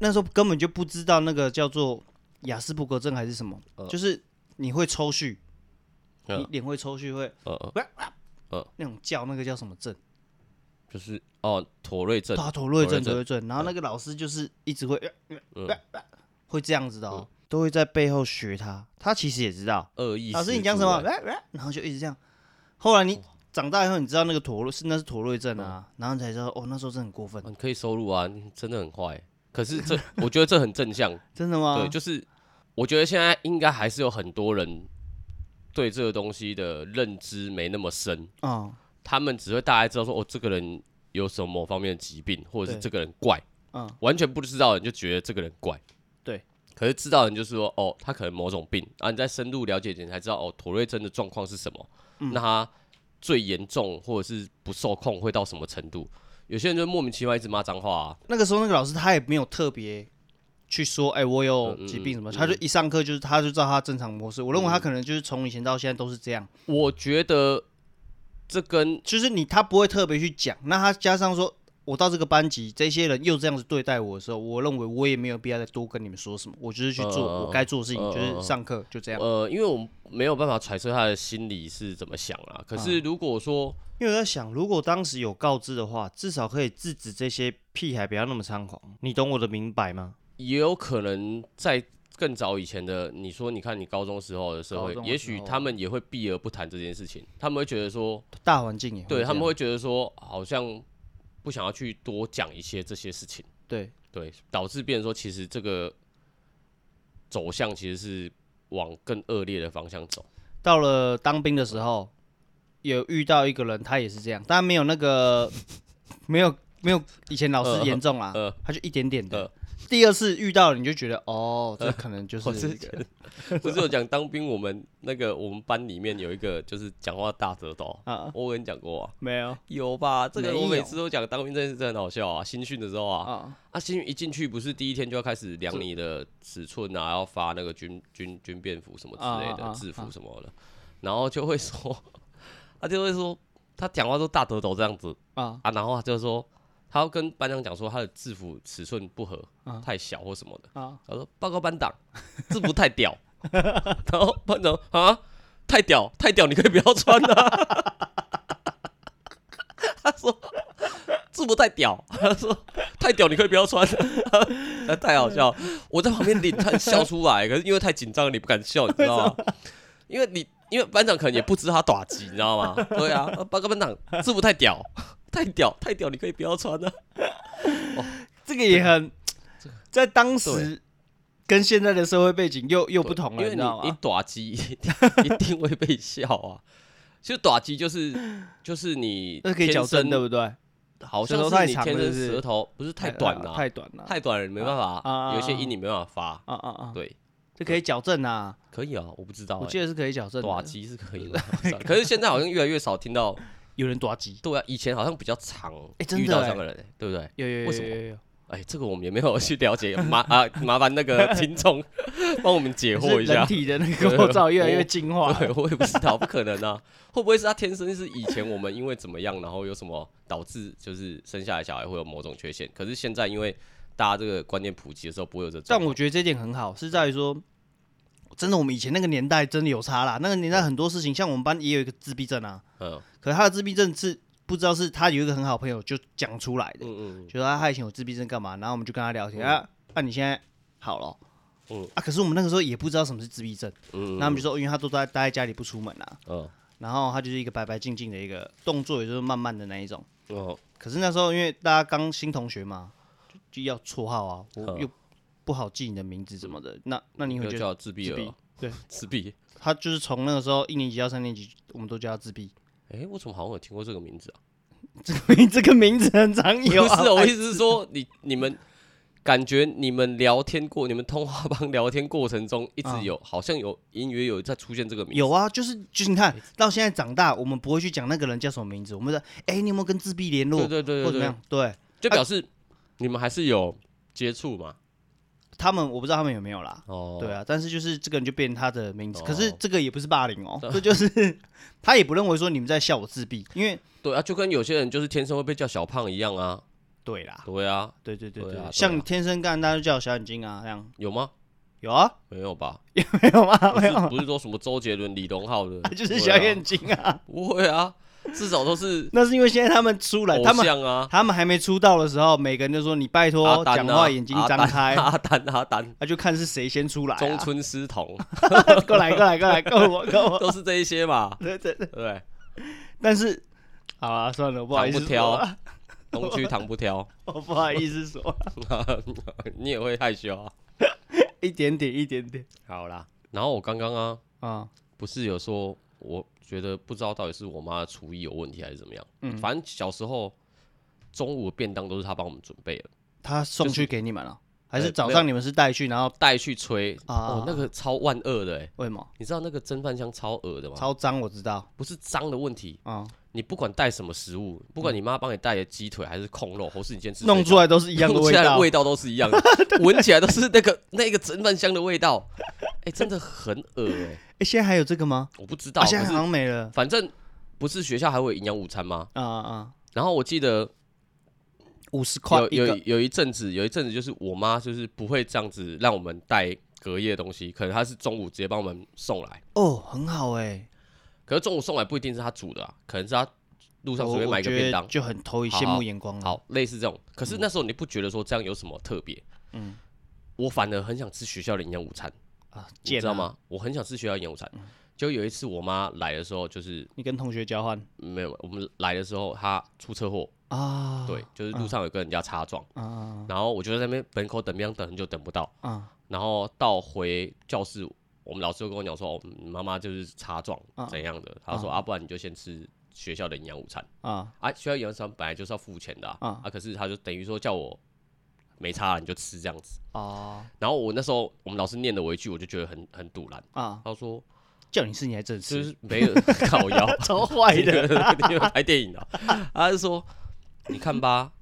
那时候根本就不知道那个叫做雅斯伯格症还是什么，呃就是你会抽搐，你嗯脸会抽搐，会呃，呃那种叫那个叫什么症？就是哦，妥瑞症对，啊，妥瑞症，妥妥瑞症。然后那个老师就是一直会呃嗯，会这样子的哦，都会在背后学他。他其实也知道，恶意。老师你讲什么？？ [laughs] 然后就一直这样。后来你哦长大以后，你知道那个妥瑞是那是妥瑞症啊，然后你才知道哦，那时候真的很过分哦，你可以收入啊，你真的很坏。可是这，我觉得这很正 [laughs] 向。真的吗？对，就是我觉得现在应该还是有很多人对这个东西的认知没那么深，嗯他们只会大概知道说，哦，这个人有什么某方面的疾病，或者是对这个人怪，嗯完全不知道的人就觉得这个人怪。对。可是知道的人就是说，哦，他可能某种病啊，你再深入了解一点，你才知道哦，妥瑞症的状况是什么，嗯那他最严重或者是不受控会到什么程度？有些人就莫名其妙一直骂脏话啊，那个时候那个老师他也没有特别去说，哎、我有疾病什嗯么，他就一上课就是他就知道他正常模式。我认为他可能就是从以前到现在都是这样，我觉得这跟就是你他不会特别去讲，那他加上说。我到这个班级，这些人又这样子对待我的时候，我认为我也没有必要再多跟你们说什么，我就是去做嗯我该做的事情，嗯就是上课就这样。呃，因为我们没有办法揣测他的心理是怎么想啊。可是如果说，因为我在想，如果当时有告知的话，至少可以制止这些屁孩不要那么猖狂。你懂我的明白吗？也有可能在更早以前的，你说你看你高中时候的社高会中，的也时许候他们也会避而不谈这件事情，他们会觉得说，大环境也会对他们这样会觉得说，好像不想要去多讲一些这些事情，对对，导致变成说，其实这个走向其实是往更恶劣的方向走。到了当兵的时候，有遇到一个人，他也是这样，但没有那个没有没有以前老师严重啦，呃他就一点点的。呃第二次遇到了你就觉得哦，这可能就是、我是一觉个得， [laughs] 不是有讲当兵，我们那个我们班里面有一个就是讲话大舌头啊我跟你讲过啊，没有有吧？这个没我每有次都讲当兵这件事真的很好笑啊。新训的时候啊，啊，啊新训一进去不是第一天就要开始量你的尺寸啊，要发那个军军军便服什么之类啊啊的啊制服啊什么的，然后就会说， [laughs] 他就会说他讲话都大舌头这样子啊啊，然后他就说他要跟班长讲说他的制服尺寸不合，太小或什么的。啊他说：“报告班长，制服太屌。” [laughs] 然后班长啊，太屌太屌，你可以不要穿了、 [laughs] 他说：“制服太屌。”他说：“太屌，你可以不要穿了。 [laughs] 那太好笑了，我在旁边脸差点笑出来，可是因为太紧张了，你不敢笑，你知道吗？因为你因为班长可能也不知道他打击，你知道吗？对啊，报告班长，制服太屌，太屌，太屌，你可以不要穿了、这个也很在当时跟现在的社会背景又又不同因了，你为知你道你吗？打击 [laughs] 一定一定会被笑啊。其实打击就是就是你那可以矫天正，生对不对？好舌像头太是你长天了生是不是舌头不是太短了、太短了，太短了，你没办法，啊啊有一些啊音你没办法啊啊啊发。！对，这可以矫正啊，可以啊，我不知道、我记欸，得是可以矫正打的。击是可以 [laughs] 的，我不知道可是现在好像越来越少听到。有人短击，对啊，以前好像比较常欸真的遇到这欸样的人欸、对不对？有有有为什么有有有。哎，这个我们也没有去了解，麻 [laughs] 啊，麻烦那个听众 [laughs] 帮我们解惑是一下人。体的那个构造越来越进化对，我也不知道，不可能啊！ [laughs] 会不会是他天生是以前我们因为怎么样，然后有什么导致，就是生下来小孩会有某种缺陷？可是现在因为大家这个观念普及的时候，不会有这种。 [laughs] 但我觉得这点很好，是在于说，真的我们以前那个年代真的有差啦。那个年代很多事情，像我们班也有一个自闭症啊，嗯可是他的自闭症是不知道是他有一个很好朋友就讲出来的，嗯嗯觉得他以前有自闭症干嘛，然后我们就跟他聊天、啊，那、你现在好了哦、嗯啊，可是我们那个时候也不知道什么是自闭症，嗯，那他们就说，哦因为他都在待在家里不出门啊，嗯然后他就是一个白白净净的一个动作，也就是慢慢的那一种。哦可是那时候因为大家刚新同学嘛，就就要绰号啊，我嗯又不好记你的名字什么的。那那你会就觉得叫自闭自了闭，？对， [laughs] 自闭。他就是从那个时候一年级到三年级，我们都叫他自闭。 [laughs] 哎，我怎么好像有听过这个名字啊？这个名字很常 [laughs] 有、不啊，是，哦我意思是说，你你们感觉你们聊天过，你们通话帮聊天过程中一直啊有，好像有隐约有在出现这个名字。有啊，就是就是你哎看到现在长大，我们不会去讲那个人叫什么名字，我们说，哎、你有没有跟自闭联络对对对或对怎么对样，？啊对就表示你们还是有接触嘛。他们我不知道他们有没有啦。哦，对，啊，但是就是这个人就变他的名字，可是哦这个也不是霸凌哦，这就是 [laughs] 他也不认为说你们在笑我自闭，因为对啊，就跟有些人就是天生会被叫小胖一样啊。对啦，对啊，对对对对啊对啊像天生干，大家就叫我小眼睛啊，这样有吗？有啊， [laughs] 没有吧？没有吗？不没是 [laughs] 有啊，不是说什么周杰伦、李荣 [laughs] 浩的，就是对小啊眼睛啊。不会啊，至少都是 [laughs] 那是因为现在他们出来，他偶们像啊。他们还没出道的时候，每个人就说你拜阿托丹啊讲话眼睛张 [laughs] 开，[laughs] 阿丹阿丹、那就看是谁先出来啊。中村狮童 [laughs] [laughs] 过来过来过来，够我够我。都是这一些嘛，对对对对，不对？但是好啊，算了，不好意思糖不挑说啊，东区糖不挑， [laughs] [laughs] 我不好意思说啊， [laughs] 你也会害羞啊。一点点一点点好啦，然后我刚刚啊，啊，不是有说，我觉得不知道到底是我妈的厨艺有问题还是怎么样。嗯反正小时候中午的便当都是她帮我们准备的，他送去给你们了，还是呃早没有上你们是带去，然后带去吹，啊哦，那个超万恶的哎、为什么你知道那个蒸饭箱超恶的吗？超脏？我知道不是脏的问题，啊，你不管带什么食物，不管你妈帮你带的鸡腿还是控肉，或是你今天吃嗯弄水饺出来都是一样的弄味起来道。味道都是一 [laughs] 样的，闻起来都是那个那个蒸饭箱的味道，哎、真的很恶哎、哎，现在还有这个吗？我不知道，啊，可现在好是像没了。反正不是学校还会有营养午餐吗？啊啊啊！然后我记得五十块有一有个，有一阵子，有一阵子就是我妈就是不会这样子让我们带隔夜的东西，可能她是中午直接帮我们送来，哦，很好哎。可是中午送来不一定是她煮的、啊，可能是她路上我随便买一个我觉得嗯便当，就很投以好羡好慕眼光了。啊好类似这种。可是那时候你不觉得说这样有什么特别？嗯我反而很想吃学校的营养午餐，啊，你贱知道啊？嗯吗？我很想吃学校营养午餐。就有一次我妈来的时候，就是你跟同学交换没有我们来的时候她出车祸，啊？对，就是路上有跟人家擦撞，啊然后我就在那边门口等，等等很久等不到。啊然后到回教室，我们老师就跟我讲说，哦，你妈妈就是擦撞啊怎样的，他说啊，不然你就先吃学校的营养午餐啊！啊，学校营养午餐本来就是要付钱的啊，啊啊可是他就等于说叫我没差啊你就吃这样子，哦然后我那时候我们老师念了我一句，我就觉得很很堵然，啊！他说叫你吃你还真，就是是没有 [laughs] 烤腰，超坏的。你有拍电影的啊， [laughs] 他就说你看吧。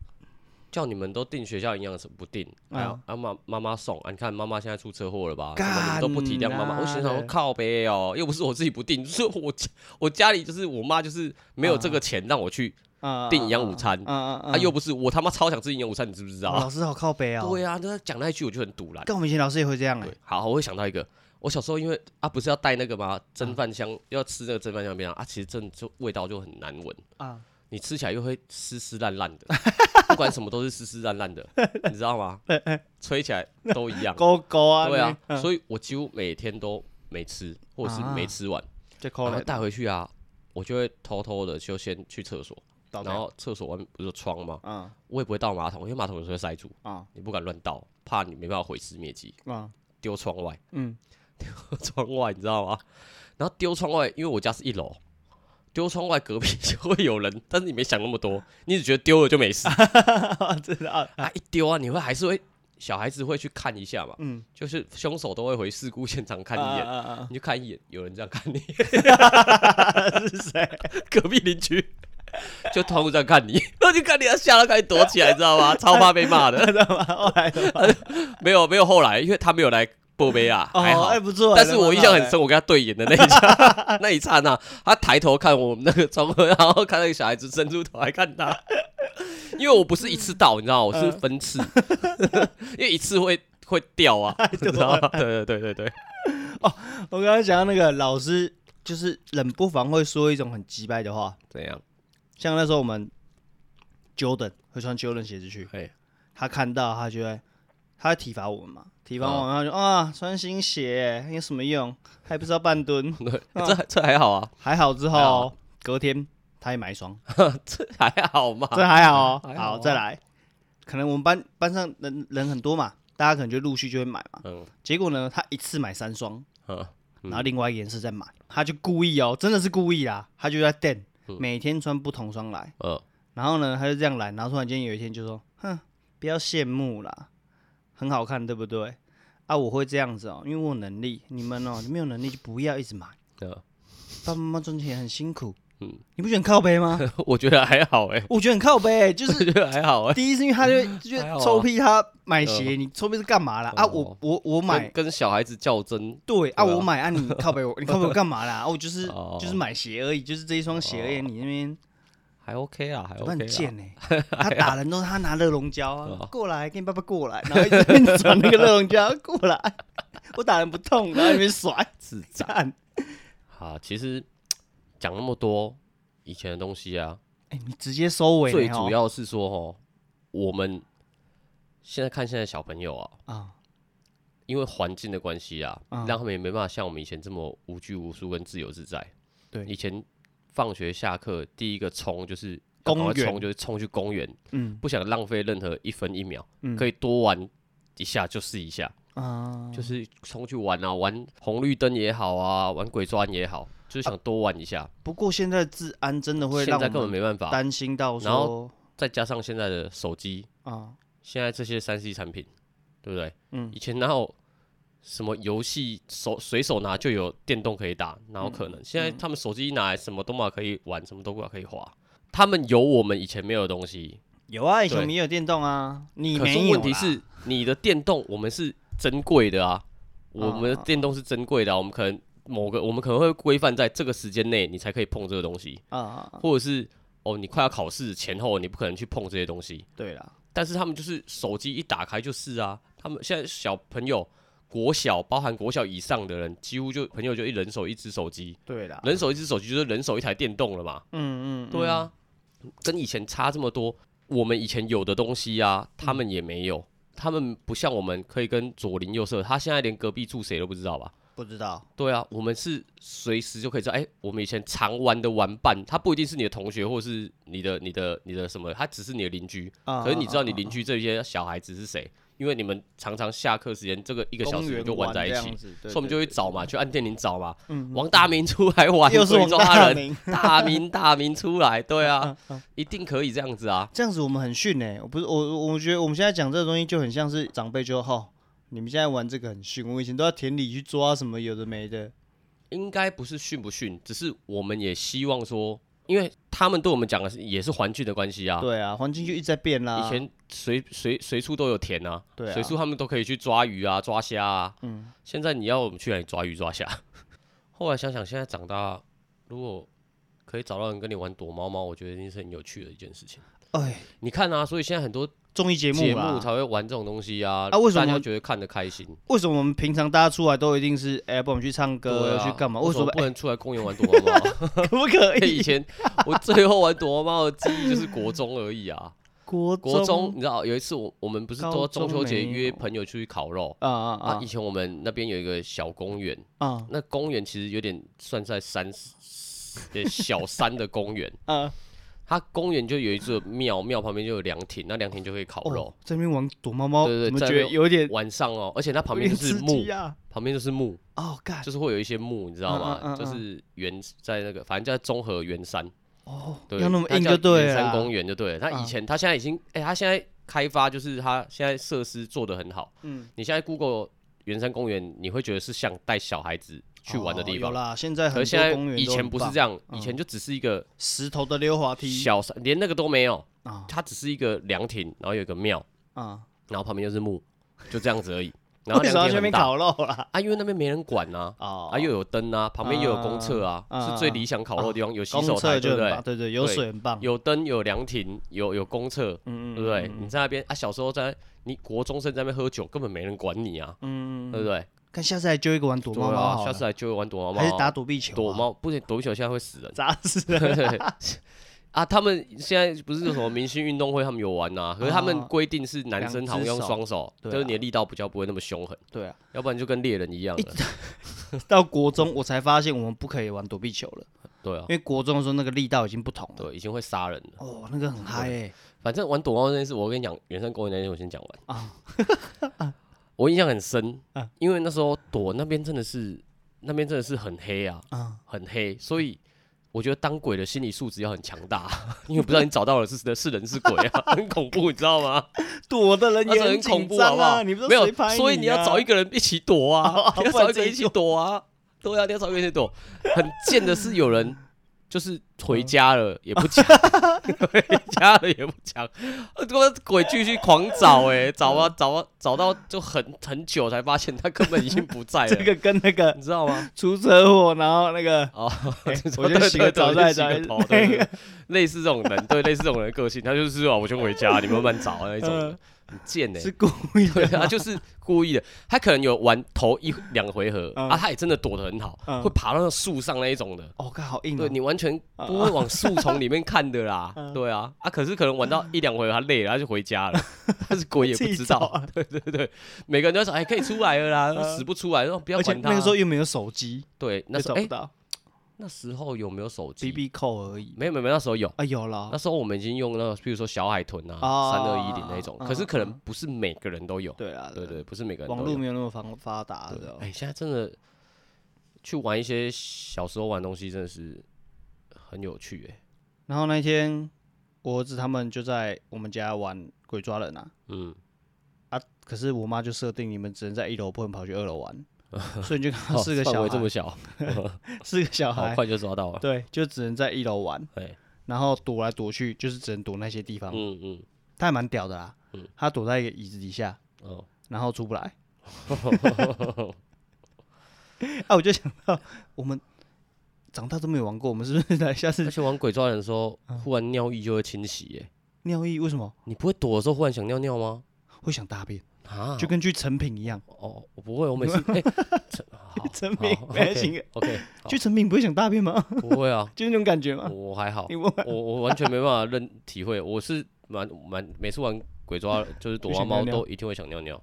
叫你们都订学校营养是不订，还有啊啊妈妈妈送啊，你看妈妈现在出车祸了吧？怎么你们都不体谅妈妈，干我心想啊说靠呗哦，又不是我自己不订，就是我家我家里就是我妈就是没有这个钱让我去啊订营养午餐啊啊啊，又不是我他妈超想吃营养午餐，你知不知道哦老啊？师好靠背啊。对啊，那讲那一句我就很堵然。跟我们以前老师也会这样哎对。，好，我会想到一个，我小时候因为啊不是要带那个吗？啊蒸饭香要吃那个蒸饭香面啊，其实真就味道就很难闻。啊，你吃起来又会湿湿烂烂的，不管什么都是湿湿烂烂的，你知道吗？吹起来都 [laughs] 一样。勾勾啊。对啊你，啊所以我几乎每天都没吃，或者是没吃完。这可然后能带回去啊，我就会偷偷的就先去厕所，倒然掉，后厕所外面不是有窗吗？啊我也不会倒马桶，因为马桶有时候会塞住，啊你不敢乱倒，怕你没办法毁尸灭迹， [laughs] 啊，丢窗外。嗯，窗外，你知道吗？然后丢窗外，因为我家是一楼，丢窗外隔壁就会有人，但是你没想那么多，你只觉得丢了就没事真的 [laughs] 啊，啊，一丢啊，你会还是会小孩子会去看一下嘛，嗯啊就是凶手都会回事故现场看一眼，眼，你就看一眼，有人这样看你，是谁？ [laughs] 隔壁邻居。就同路这样看你， [laughs] 然后就看你，他吓到赶紧躲起来，知道吗？超怕被骂的，知 [laughs] 道吗？后来没有没有后来，因为他没有来波杯啊，还哦，好哎，不错，但是我印象蛮很好的，深，我跟他对眼的那一刹 [laughs] 那一刹那，他抬头看我们那个窗户，然后看那个小孩子伸出头来看他， [laughs] 因为我不是一次到，你知道，我嗯是分次， [laughs] 因为一次会会掉 [laughs] 啊，你知道吗？对对对对对，我刚刚讲到那个老老师就是冷不防会说一种很直白的话，怎样？像那时候我们 Jordan 会穿 Jordan 鞋子去，哎，他看到他就会，他会体罚我们嘛，体罚哦我们，他就啊穿新鞋有什么用，还不知道半蹲，对，这还这还好啊，还好之还好后隔天他也买一双，这还好嘛。这还好哦，还好啊好再来，可能我们班班上人人很多嘛，大家可能就陆续就会买嘛，嗯结果呢他一次买三双，嗯，嗯然后另外一个颜色再买，他就故意哦，真的是故意啦，他就在垫，嗯每天穿不同双来。呃，然后呢，他就这样来，然后突然间有一天就说：“哼，不要羡慕啦，很好看，对不对？啊，我会这样子哦，因为我有能力，你们哦，你没有能力就不要一直买，呃爸爸妈妈赚钱很辛嗯苦，嗯，你不觉得很靠 [laughs] 背吗？ [laughs] 我觉得还好哎， [laughs] 我觉得很靠背、就我是觉得还好哎，第一是因为他就就还好啊臭屁，他买呃鞋，你臭屁是干嘛啦？啊，哦我我我买跟。”跟小孩子较真，对啊，对啊我买啊，你靠背我，你靠 [laughs] 背我干嘛啦？啊，我就是哦就是买鞋而已，就是这一双鞋而已。你那边还 OK 啊，还我 OK 很啊。贱呢、他打人都是他拿热熔胶对啊啊，过来给你爸爸过来，然后一直转那个热熔胶过来， [laughs] 我打人不痛，然后一边甩自赞。好，其实讲那么多以前的东西啊，哎、你直接收尾呢最主哦要是说哦，我们现在看现在小朋友啊，啊，因为环境的关系啊，嗯让他们也没办法像我们以前这么无拘无束跟自由自在。对以前放学下课第一个冲就是公园赶快冲就是冲去公园，嗯不想浪费任何一分一秒，嗯可以多玩一下就是一下，啊，嗯就是冲去玩啊，玩红绿灯也好啊，玩鬼抓人也好，就是想多玩一下。不过现在治安真的啊会现让在我根本们没办法，担心到然说再加上现在的手机，啊，现在这些三 C 产品，对不对？嗯以前哪有什么游戏手随手拿就有电动可以打，哪有可嗯能？现在他们手机一拿来，什么都嘛可以玩，什么都嘛可以滑。他们有我们以前没有的东西，有啊，以对前你有电动啊，你可是没有问啦。题是你的电动我们是珍贵的啊，我们的啊电动是珍贵的、啊，我们可能某个我们可能会规范在这个时间内你才可以碰这个东西，啊啊，啊或者是哦你快要考试前后你不可能去碰这些东西，对啦，但是他们就是手机一打开就是啊，他们现在小朋友国小，包含国小以上的人，几乎就朋友就一人手一只手机，对啦，人手一只手机就是人手一台电动了嘛。啊嗯嗯，嗯对，啊，跟以前差这么多。我们以前有的东西啊，他们也没有，他们不像我们可以跟左邻右舍，他现在连隔壁住谁都不知道吧？嗯不知道，对啊，我们是随时就可以知道，哎、我们以前常玩的玩伴，他不一定是你的同学，或是你的、你的、你的什么，他只是你的邻居。啊可是你知道你邻啊居这些小孩子是谁？因为你们常常下课时间这个一个小公时你园们就玩在一这起样，子，对所以我们就会找嘛，去按电铃找嘛。嗯王大明出来玩，又是所以王抓他大人，明， [laughs] 嗯大明大明出来，对啊，一定可以这样子啊。这样子我们很逊哎、我不是我我我觉得我们现在讲这个东西就很像是长辈就吼，你们现在玩这个很逊，我以前都要田里去抓什么有的没的，应该不是训不训，只是我们也希望说，因为他们对我们讲的是也是环境的关系啊。对啊，环境就一直在变啦。以前随随随处都有田啊，对啊随处他们都可以去抓鱼啊、抓虾啊。嗯现在你要我们去哪里抓鱼抓虾？ [laughs] 后来想想，现在长大，如果可以找到人跟你玩躲猫猫，我觉得一定是很有趣的一件事情。哎你看啊，所以现在很多综艺节目节目啦，才会玩这种东西啊，啊为什么大家觉得看得开心？为什么我们平常大家出来都一定是哎、不然我们去唱对歌、啊去干嘛？为为什什么么、不能出来公园玩躲猫 [laughs] 猫？哎可不可 [laughs] 以以？前我最后玩躲猫猫的记忆就是国中而已啊。国国中你知道有一次我我们不是高都中中秋节没约有朋友出去烤肉啊啊啊？以前我们那边有一个小公园，啊啊那公园其实有点算在山的小山的公园，啊！它公园就有一座庙，庙旁边就有凉亭，那凉亭就可以烤肉哦。，在那边玩躲猫猫，对对对怎么在那觉得边有点晚上哦，而且它旁有边点就是刺木激，啊？旁边就是木，哦，干就是会有一些木，你知道吗？嗯嗯嗯嗯就是原在那个，反正叫综合圆山，哦，对，要那么它硬叫就对圆了山啦。公园就对了。它以嗯前，它现在已经，哎、它现在开发就是它现在设施做得很好。嗯，你现在 Google 圆山公园，你会觉得是像带小孩子去玩的地哦有方。啦，现在可很是嗯现多公在园以前不是这样，样，以前就只是一个石头的溜滑梯小山，连那个都没有，啊它只是一个凉亭，然后有一个庙，啊，然后旁边就是木，就这样子 [laughs] 而已。然后为什么要凉去亭很那边大烤肉啦？啊，因为那边没人管啊，哦啊，又有灯啊，旁边又有公厕啊，啊是最理想烤肉的地方，有洗手公厕台，对就不很对棒，？对对，有对水很棒，有灯，有凉亭，有有公厕，嗯对不对？你在那边啊，小时候在你国中生在那边喝酒，根本没人管你啊，嗯，对不对？看下次来揪一个玩躲对猫猫啊，好下了，次来就玩躲猫猫啊，还是打躲避球啊，。躲猫，不行，躲避球现在会死人砸死人 [laughs] 对 [laughs] 啊，他们现在不是有什么明星运动会，他们有玩啊呐，可是他们哦规定是男生好像用两只手双手，对啊就是你的力道比较不会那么凶狠，对啊，要不然就跟猎人一样了。到国中我才发现我们不可以玩躲避球了， [laughs] 对啊因，为国中的时候那个力道已经不同了。对，已经会杀人了。哦，那个很嗨诶，反正玩躲猫猫这件事，我跟你讲，原生公园那件事我先讲完 [laughs] 啊。啊 [laughs] 我印象很深，因为那时候躲那边真的是，那边真的是很黑啊，啊很黑，所以我觉得当鬼的心理素质要很强大， [laughs] 因为不知道你找到了是是人是鬼啊， [laughs] 很恐怖，你知道吗？躲的人那也是很恐紧怖，好张不好？啊，你不是没有谁拍，所以你要啊哦找一个人一起躲啊， [laughs] 你要找一个人一起躲啊，对啊，你要找一个人一起躲。很贱的是，有人就是回家 [laughs] 了也不讲，回家了也不讲，呃这个鬼继续狂找， [laughs] 哎，找啊找啊，找到就很很久才发现他根本已经不在 [laughs] 这了，个跟那个 [laughs] 你知道吗？出车祸，然后那个哦， [laughs] 哎对我就洗个澡再对对来哎对洗个头，对 [laughs] 对对类似这种人，对，类似这种人的个性，他就是说啊，我先回家，你慢慢找啊那一 [laughs] 种嗯人，很贱哎，是故意 [laughs] 对，的他吗，就是故意的。他可能有玩头一两回合嗯啊，他也真的躲得很好，嗯会爬到那树上那一种的。哦，看好硬哦，对你完全不会往树丛里面看的啦，嗯对啊，啊，可是可能玩到一两回合他累了，他就回 [laughs] 家了，但是鬼也不自己知找道啊， [laughs] 对对对，每个人都说哎可以出来了啦，嗯死不出来，说不要而且管他啊。那个时候又没有手机，对，那也时候找不哎到那时候有没有手机？ ，BB 扣而已。没有没有没有，那时候有，啊，有了那，时候我们已经用那个，比如说小海豚啊，哦三二一零那一种，嗯可是可能嗯不是每个人都有，对啦，对对，不是每个人网都有络。没有那么发发达的哦哎、，现在真的去玩一些小时候玩的东西，真的是很有趣哎、然后那天我儿子他们就在我们家玩鬼抓人啊， [laughs] 嗯，啊，可是我妈就设定你们只能在一楼，不能跑去二楼 [laughs] 玩，所以你就看到四个哦范小围这么孩，小，四个小好孩，快就抓到了。对，就只能在一楼玩，哎，然后躲来躲去，就是只能躲那些地方，嗯嗯，他还蛮屌的啦嗯，他躲在一个椅子底下，哦，然后出不 [laughs] 来。 [laughs] 啊，我就想到我们长大都没有玩过，我们是不是来下而次且玩鬼抓人的时候，嗯忽然尿意就会侵袭哎、尿意？为什么你不会躲的时候忽然想尿尿吗？会想大便？啊，就跟去成品一样，哦，我不会，我每次 [laughs] 哎，成好成品好没行啊哦 [laughs] 啊 OK，好去成品不会想大便吗？ [laughs] 不会啊，就是那种感觉我吗？我还好，你问我我完全没办法认体会，我是蛮蛮每次玩鬼抓就是躲就猫想猫尿尿都一定会想尿尿，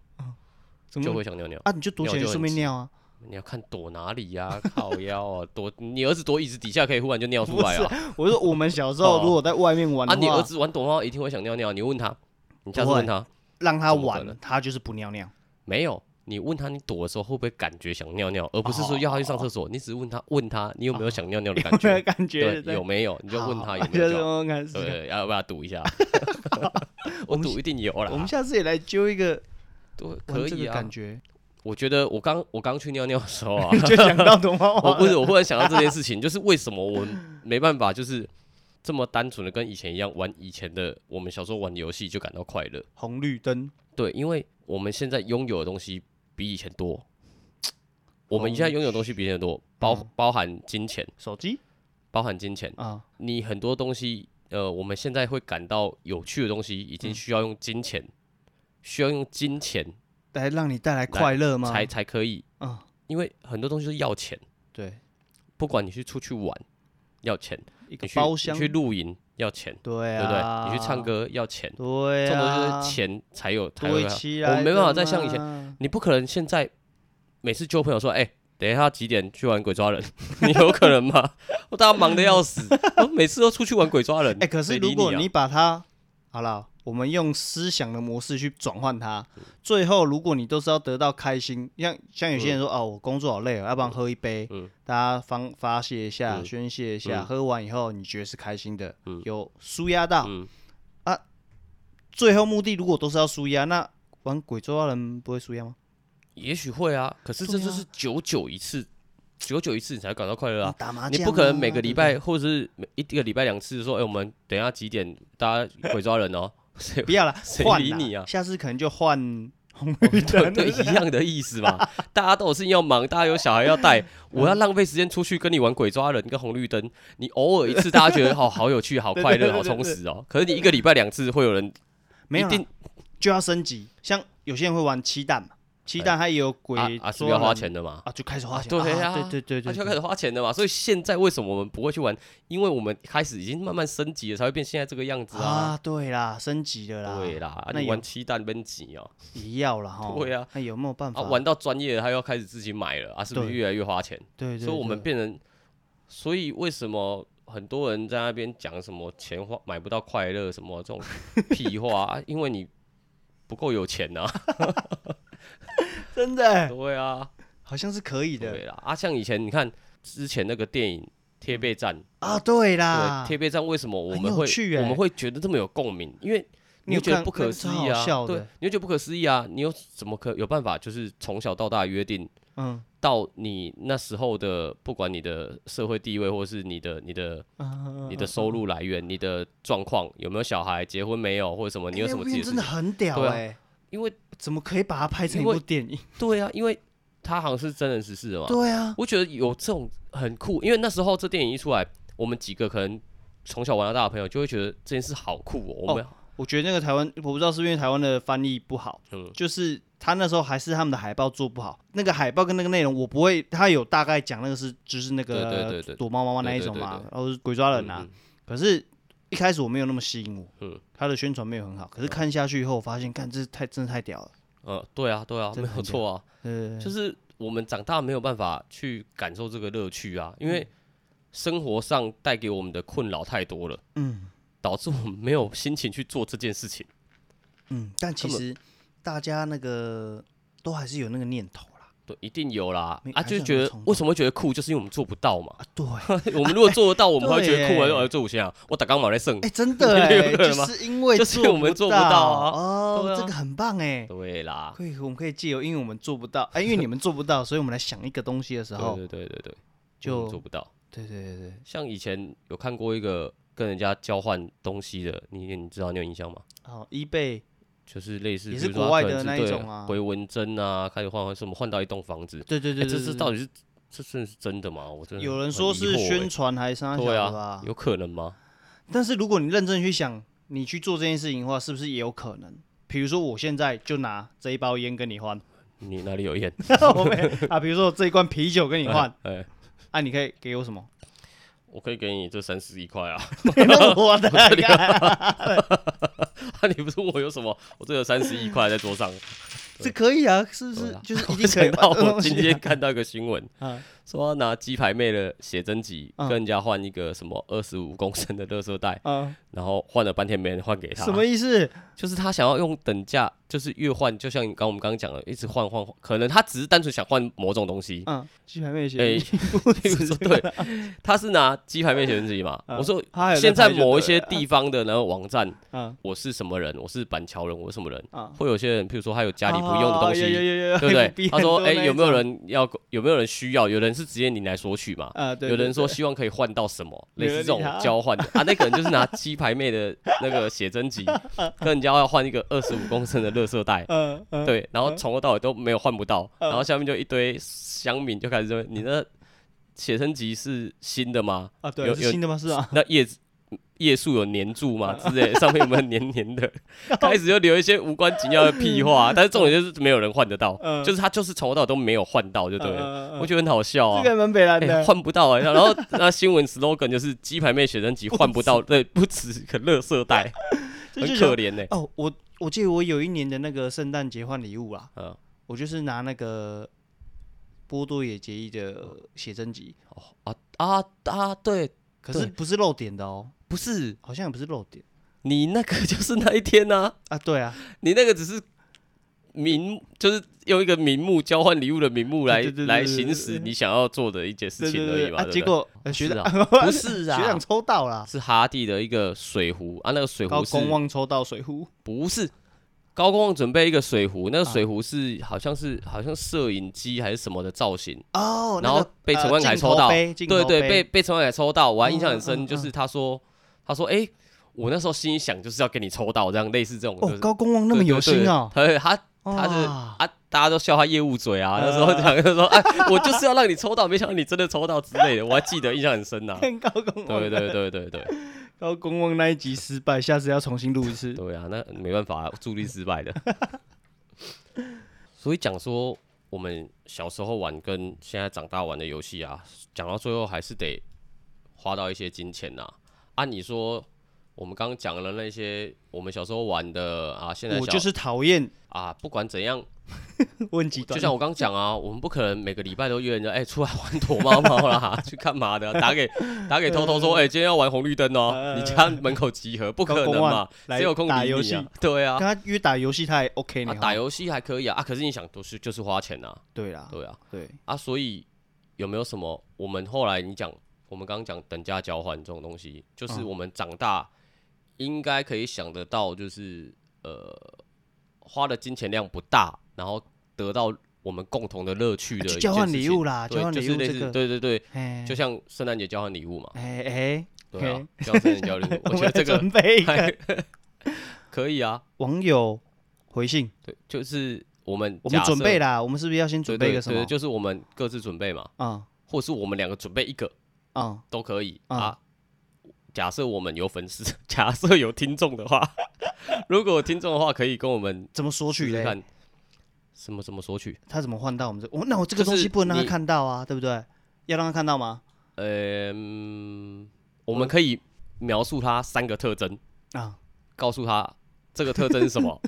怎就么会想尿尿。啊？你就躲起来尿就很顺便急尿啊？你要看躲哪里呀、 [laughs] 靠腰啊，躲你儿子躲椅子底下可以忽然就尿出来啊！我说我们小时哦候如果在外面玩啊，的你儿话，子玩躲猫一定会想尿尿，你问他，你下次问他，让他怎么可能玩，他就是不尿尿。没有，你问他你躲的时候会不会感觉想尿尿，而不是哦说要他去上厕所，你只问他问他你有没有想尿尿 [laughs] 的感有没有觉，感觉？对，有没有，你就问他有没有就是就好，我们看对，要不要赌一下？我赌一定有 [laughs] 我啦们，下次也来揪一个对，玩可这以个啊 [laughs] 感。觉，我觉得我刚我刚去尿尿的时候啊，就想到躲猫猫 [laughs] 我了。不是，我忽然想到这件事情，就是为什么我们没办法，就是这么单纯的跟以前一样玩以前的我们小时候玩的游戏就感到快乐。红绿灯，对，因为我们现在拥有的东西比以前多，我们现在拥有的东西比以前多，包包含金钱，手机包含金钱，啊，你很多东西，呃，我们现在会感到有趣的东西，已经需要用金钱，需要用金钱来让你带来快乐吗？才才可以，啊，因为很多东西都要钱，对，不管你去出去玩要钱。一个你去包厢你去露营要钱，对对不啊，对？你去唱，歌要钱，对这种啊，东西就是钱才有才会堆好。起我啊来，们没办法再像以前，，你不可能现在每次揪朋友说，哎、等一下几点去玩鬼抓人？ [laughs] 你有可能吗？我大家忙得要死，我每次都出去玩鬼抓人。 [laughs] 哎、可是谁理如果你你啊把它好了，我们用思想的模式去转换它，最后如果你都是要得到开心，像像有些人说、哦，我工作好累哦，要不然喝一杯，嗯大家发发泄一下，嗯宣泄一下，嗯喝完以后你觉得是开心的，嗯有舒压到，嗯，最后目的如果都是要舒压，那玩鬼抓人不会舒压吗？也许会啊，可是这对啊就是久久一次，久久一次你才会感到快乐啊。打麻你将、不可能每个礼，拜或者是每一个礼拜两次说，哎、我们等一下几点大家鬼抓人哦， [laughs] 谁不要了，谁换理啦你啊下次可能就换红绿 [laughs] 灯，对，一样的意思嘛。大家都有事情要忙，大家有小孩要带，我要浪费时间出去跟你玩鬼抓人跟红绿灯。你偶尔一次，大家觉得哦好 [laughs] 好有趣、好快乐、好充实哦。可是你一个礼拜两次，会有人一没有啦啊定就要升级。像有些人会玩七蛋嘛，七蛋它也有鬼啊捉人、啊，是不是要花钱的嘛？啊，就开始花钱。啊对啊啊对对他对就要对开对。始花钱的嘛。所以现在为什么我们不会去玩？因为我们开始已经慢慢升级了，才会变现在这个样子啊。啊，对啦，升级的啦，对啦，啊那你有玩七蛋闷急哦，也要啦哈。对啊，那有没有办法啊，玩到专业了，他又要开始自己买了啊，是不是对越来越花钱？对对，所以我们对变成，所以为什么很多人在那边讲什么钱花买不到快乐什么这 [laughs] 种屁话、啊，因为你不够有钱呐、啊。真的 [laughs] 欸对啊，好像是可以的对啦，啊，像以前你看之前那个电影《贴背战》，啊，对啦，对，贴背战为什么我们很有会、趣欸我们会觉得这么有共鸣？因为你你有会觉得看不那可个思超好议啊，笑对的，你会觉得不可思议啊，你有怎么可有办法就是从小到大约定嗯到你那时候的，不管你的社会地位，或是你的你的啊你的收入来源、你的状况有没有小孩、结婚没有或者什么，你有什么自己的片事哎真的情？很屌对啊哎，因为怎么可以把它拍成一因为部电影？对啊，因为他好像是真人实事的嘛。对啊，我觉得有这种很酷，因为那时候这电影一出来，我们几个可能从小玩到大的朋友就会觉得这件事好酷哦。我们、我觉得那个台湾，我不知道是不是因为台湾的翻译不好，嗯就是他那时候还是他们的海报做不好，那个海报跟那个内容我不会，他有大概讲那个是就是那对对个对对躲猫猫猫那一对对种对嘛对，然后是鬼抓人啊嗯，可是一开始我没有那么吸引我，嗯他的宣传没有很好，可是看下去以后我发现，看这太真的太屌了，嗯呃，对啊，对啊，真没的有很错啊，呃，就是我们长大没有办法去感受这个乐趣啊，因嗯为生活上带给我们的困扰太多了，嗯导致我们没有心情去做这件事情。嗯，但其实大家那个都还是有那个念头啦，对，一定有啦没。啊，还是就很觉多得冲为什么会觉得酷，就是因为我们做不到嘛。 [laughs] 啊对，我们如果做得到，我们会觉得酷，对而耶而做五千啊，我打刚毛在胜。哎真 [laughs] 的你有哎，可能就吗是因为就是因为我们做不到啊对哦啊，这个很棒哎，对啊啦，可以，我们可以借由，因为我们做不到，哎，因为你们做不到，所以我们来想一个东西的时对候，对对对对，就我们做不到。对对对对，像以前有看过一个跟人家交换东西的，你你知道你有印象吗？哦，一倍，就是类似也比是如说国他外可的能那是一对种啊回纹针啊，开始换换什么换到一栋房子，对对对哎，对，这对是对到底是这真的是真的吗？我真的有人很说疑是惑欸宣传还是啥小对的啊吧，，有可能吗？但是如果你认真去想，你去做这件事情的话，是不是也有可能？比如说我现在就拿这一包烟跟你换， [laughs] 你哪里有烟？我没啊，比如说我这一罐啤酒跟你换， [laughs] 哎，啊，你可以给 [laughs] 我什么？我可以给你这三十一块啊。你弄我的，啊，你不是问我有什么？我这有三十一块在桌上。这可以啊，是不对是啊？就是一我定可以嗯想到换我今天看到一个新闻，啊，说要拿鸡排妹的写真集嗯跟人家换一个什么二十五公升的垃圾袋，啊，然后换了半天没人换给他。什么？意思？就是他想要用等价，就是越换，就像你刚我们刚刚讲的，一直换换换，可能他只是单纯想换某种东西。嗯，鸡排妹哎写，不比如止说， [laughs] 对，他是拿鸡排妹写真集嘛？嗯我说他还有现在在拍就某一对些了 [laughs] 地方的然后网站，啊我是什么人？我是板桥人，我是什么人？啊，会有些人，譬如说他有家里不用的东西，哦有有有 [laughs] 有对不 [laughs] 对？他说：“哎、有没有？ FB 很多那一种人要？有没有人需要？有人是直接你来索取嘛？啊，对，有人说对希望可以换到什么，有类人似这种理他交换的啊，那可能就是拿鸡排妹 [laughs] 的那个写真集，跟人家要换一个二十五公升的垃圾袋对，嗯嗯，对，然后从头到尾都没有换不到，嗯然后下面就一堆乡民就开始说：你那写真集是新的吗？啊，对，有是有新的吗？是啊，那叶子页数有粘住嗯吗之类的，上面有没有黏 [laughs] 黏的？开始就留一些无关紧要的屁话，但是重点就是没有人换得到，嗯就是他就是从头到尾都没有换到，就对嗯了。嗯嗯我觉得很好笑啊这个。还蛮北蓝哎的，换、不到哎、然后那新闻 slogan 就是鸡排妹写真集换不到，对，不止可 [laughs] 乐色袋，这很就可想怜呢、欸哦，我我记得我有一年的那个圣诞节换礼物啦，嗯，我就是拿那个波多野结衣的写真集，哦啊啊啊，对，可是对不是漏点的哦，不是好像也不是漏点你那个 [laughs] 就是那一天呐、啊，对啊，你那个只是名，就是用一个名目交换礼物的名目来对对对对来对行使你想要做的一件事对情对而已对嘛。对啊，不对结果不呃学是长 [laughs] 啊，不是学啊长，抽到啦，是哈蒂的一个水壶啊，那个水高壶是公望抽到水壶，不是高公望准备一个水壶，那个啊水壶是好像是好像摄影机还是什么的造型，哦然后被陈冠凯抽到，对对，被被陈冠凯抽到，我还印象很嗯嗯深，嗯就是他说他说哎。我那时候心里想，就是要跟你抽到这样类似这种，就哦，是高公望那么有心哦，对对对他他他是哇啊，大家都笑他业务嘴啊，那时候讲就说，哎，我就是要让你抽到，没想到你真的抽到之类的，我还记得印象很深呐、看 [laughs] 高公望，对对对对对高公望那一集失败，下次要重新录一次，对啊，那没办法、啊，助力失败的。所以讲说我们小时候玩跟现在长大玩的游戏啊，讲到最后还是得花到一些金钱呐、啊。按你说，我们刚刚讲了那些我们小时候玩的啊，现在我小就是讨厌啊，不管怎样，问极端，就像我刚讲啊，我们不可能每个礼拜都约人家，哎、出来玩躲猫猫 [laughs] 啦，去干嘛的？打给打给偷偷嗯说，哎、今天要玩红绿灯哦，你家门口集合，不可能嘛，来谁有空理你、啊、打游戏，对啊，跟他约打游戏他也 OK 啊呢，打游游戏还可以啊，啊，可是你想，都是就是花钱啊，对啦，对啊，对，啊，所以有没有什么？我们后来你讲，我们刚刚讲等价交换这种东西，就是嗯我们长大应该可以想得到，就是呃，花的金钱量不大，然后得到我们共同的乐趣的一啊件就交换事礼情物啦，对交换就礼是物类这似，个，对对对，哎就像圣诞节交换礼物嘛，哎哎，对啊嘿，就像圣诞节交换礼 [laughs] 物，我觉得们这个哎准备一个还可以啊，网友回信，对，就是我们我们假准设备啦，我们是不是要先对准备一对个什对，么？就是我们各自准备嘛，啊或是我们两个准备一个啊，都可以啊啊。假设我们有粉丝， [laughs] 假设有听众的话， [laughs] 如果有听众的话，可以跟我们怎么索试取试嘞？看什么什么索取。他怎么换到我们这？我那我这就个东是西不能让你他看到啊，对不对？要让他看到吗？嗯，我们可以描述它三个特征，啊，告诉他这个特征是什 [laughs] 么，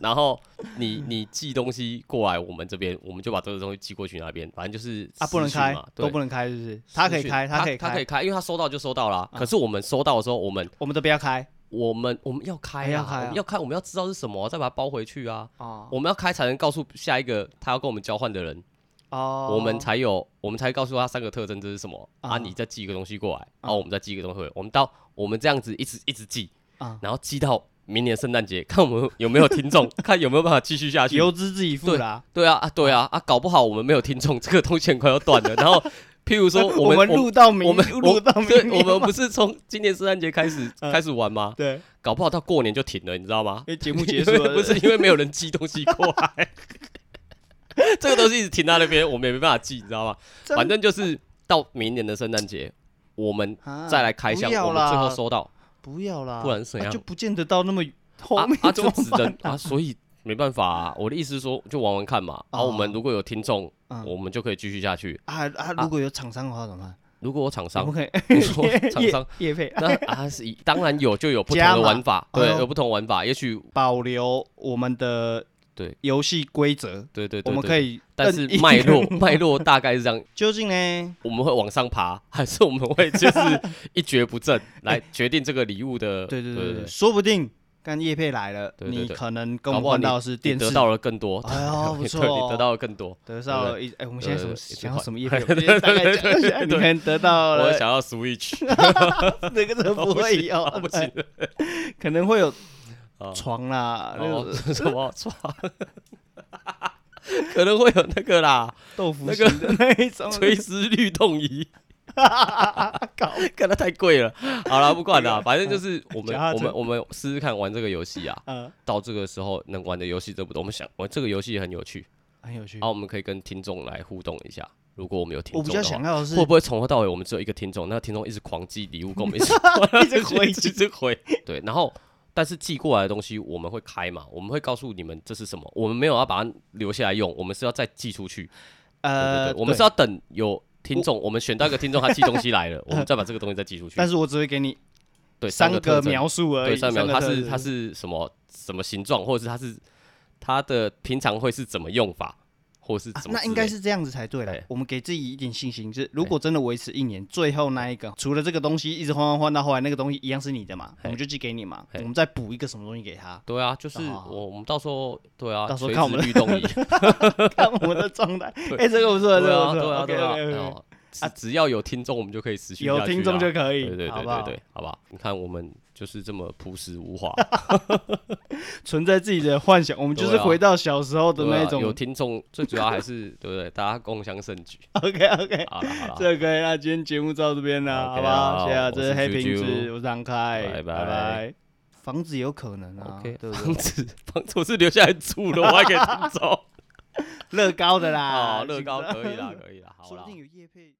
然后你你寄东西过来我们这边，我们就把这个东西寄过去那边，反正就是啊，不能私讯开嘛，对都不能开，是不是？他可以私讯开，他可以他可以开，开，因为他收到就收到啦。啊可是我们收到的时候，我们我们都不要开我们我们要开啊，要开啊我们要开，我们要知道是什么啊，再把它包回去啊。哦我们要开才能告诉下一个他要跟我们交换的人，哦，我们才有，我们才告诉他三个特征这是什么啊啊你再寄一个东西过来，啊然后我们再寄一个东西过来，我们到我们这样子一直一直寄，啊然后寄到明年圣诞节，看我们有没有听 [laughs] 众，看有没有办法继续下去。由之自己负啦。对啊啊对啊啊，搞不好我们没有听众，这个东西很快要断了。然 [laughs] 后，譬如说我我们们录到明，我们录到明对，年我们嘛不是从今年圣诞节开始 [laughs] 嗯开始玩吗？对，搞不好到过年就停了，你知道吗因？为节 [laughs] 目因结束为了，不是因为没有人寄东西过来， [laughs] 这个东西一直停在那边，我们也没办法寄，你知道吗？真反正就是到明年的圣诞节，我们啊再来开箱，不要我们最啦后收到，不要啦，不然是怎啊样就不见得到那么后啊面啊，怎就么只办能啊，所以没办法啊。我的意思是说，就玩玩看嘛。啊，哦我们如果有听众，嗯我们就可以继续下去。啊啊！如果有厂商的话怎么办？如果有厂我商们，可以你说厂业商， [laughs] 业配 [laughs] 那啊是当然有，就有不同加的码玩法，对，哦有不同玩法，也许保留我们的对游戏规则，对对对，我们对可，以但摁是一个脉络呃脉络大概是这样， [laughs] 究竟呢？我们会往上爬， [laughs] 还是我们会就是一蹶不振来决定这个礼物的？ [laughs] 呃对对对对对，说不定干叶配来了，对对你对可能搞跟我不们好换到的是你电得视，到了更多，哎 [laughs] 呦不错对哦你得到了更多。得到了一哎，我们现在什么对对对想要什么叶配？我们大概讲一下，对对对你可能得到我 [laughs] 了想要 Switch，那个都不会 [laughs] 有啊，不行 [laughs] 可能会有啊，床啦，那 [laughs] 哦个什么床，可能会有那个 [laughs] 啦，豆腐那型个的那一种， [laughs] 垂直律动仪， [laughs] 搞可能太贵了。好了，不管 [laughs] 了，反正就是我们脚踏我们车我们试试看玩这个游戏啊。呃到这个时候能玩的游戏这么多，我们想玩这个游戏也很有趣，很有趣然后。我们可以跟听众来互动一下。如果我们有听嗯我众比的较话，想要的是会，不会从头到尾我们只有一个听众？那听众一直狂寄礼物给我们，一直 [laughs] 一直回 [laughs] 一直回。对，然后但是寄过来的东西我们会开嘛，我们会告诉你们这是什么，我们没有要把它留下来用，我们是要再寄出去。呃对，对对，我们是要等有听众，我们选到一个听众他寄东西来了，我们再把这个东西再寄出去。但是我只会给你对三个个特征描述而已，对，三秒，个它特是征它是什么什么形状，或者是它是它的平常会是怎么用法，或是啊怎么之类、那应该是这样子才对了对。我们给自己一点信心，就是如果真的维持一年，最后那一个除了这个东西一直换换换到后来那个东西一样是你的嘛，我们就寄给你嘛，我嘿，们再补一个什么东西给他 [laughs] 对啊，就是哦我我们到时候对啊，到时候垂看我直们的律动仪，看我们的状态。哎，这个不错，这对个啊不对错啊，OK 对啊， OK 然 OK，后只只要有听众，我们就可以持续有下去听众啊就可以，对对对好不好对对，好吧？你看我们就是这么朴实无 [laughs] 华，存在自己的幻想，我们就是对啊回到小时候的对那啊，有种。听众，最主要还是 [laughs] 对不对？大家共襄盛 [laughs] 举， OK OK，好了好了，这个可以，那今天节目到这边了，好 OK 不好？好谢谢啊，这是我是黑瓶 JoJo 子，我是张开，拜拜拜拜。房子有可能 [laughs] 啊 OK，对不房对？子房子我是留下来住的，我 [laughs] 还可以听众。乐高的 [laughs] 啦啊 [laughs] 哦，，乐高可以啦，可以啦，好说啦不。定有叶配。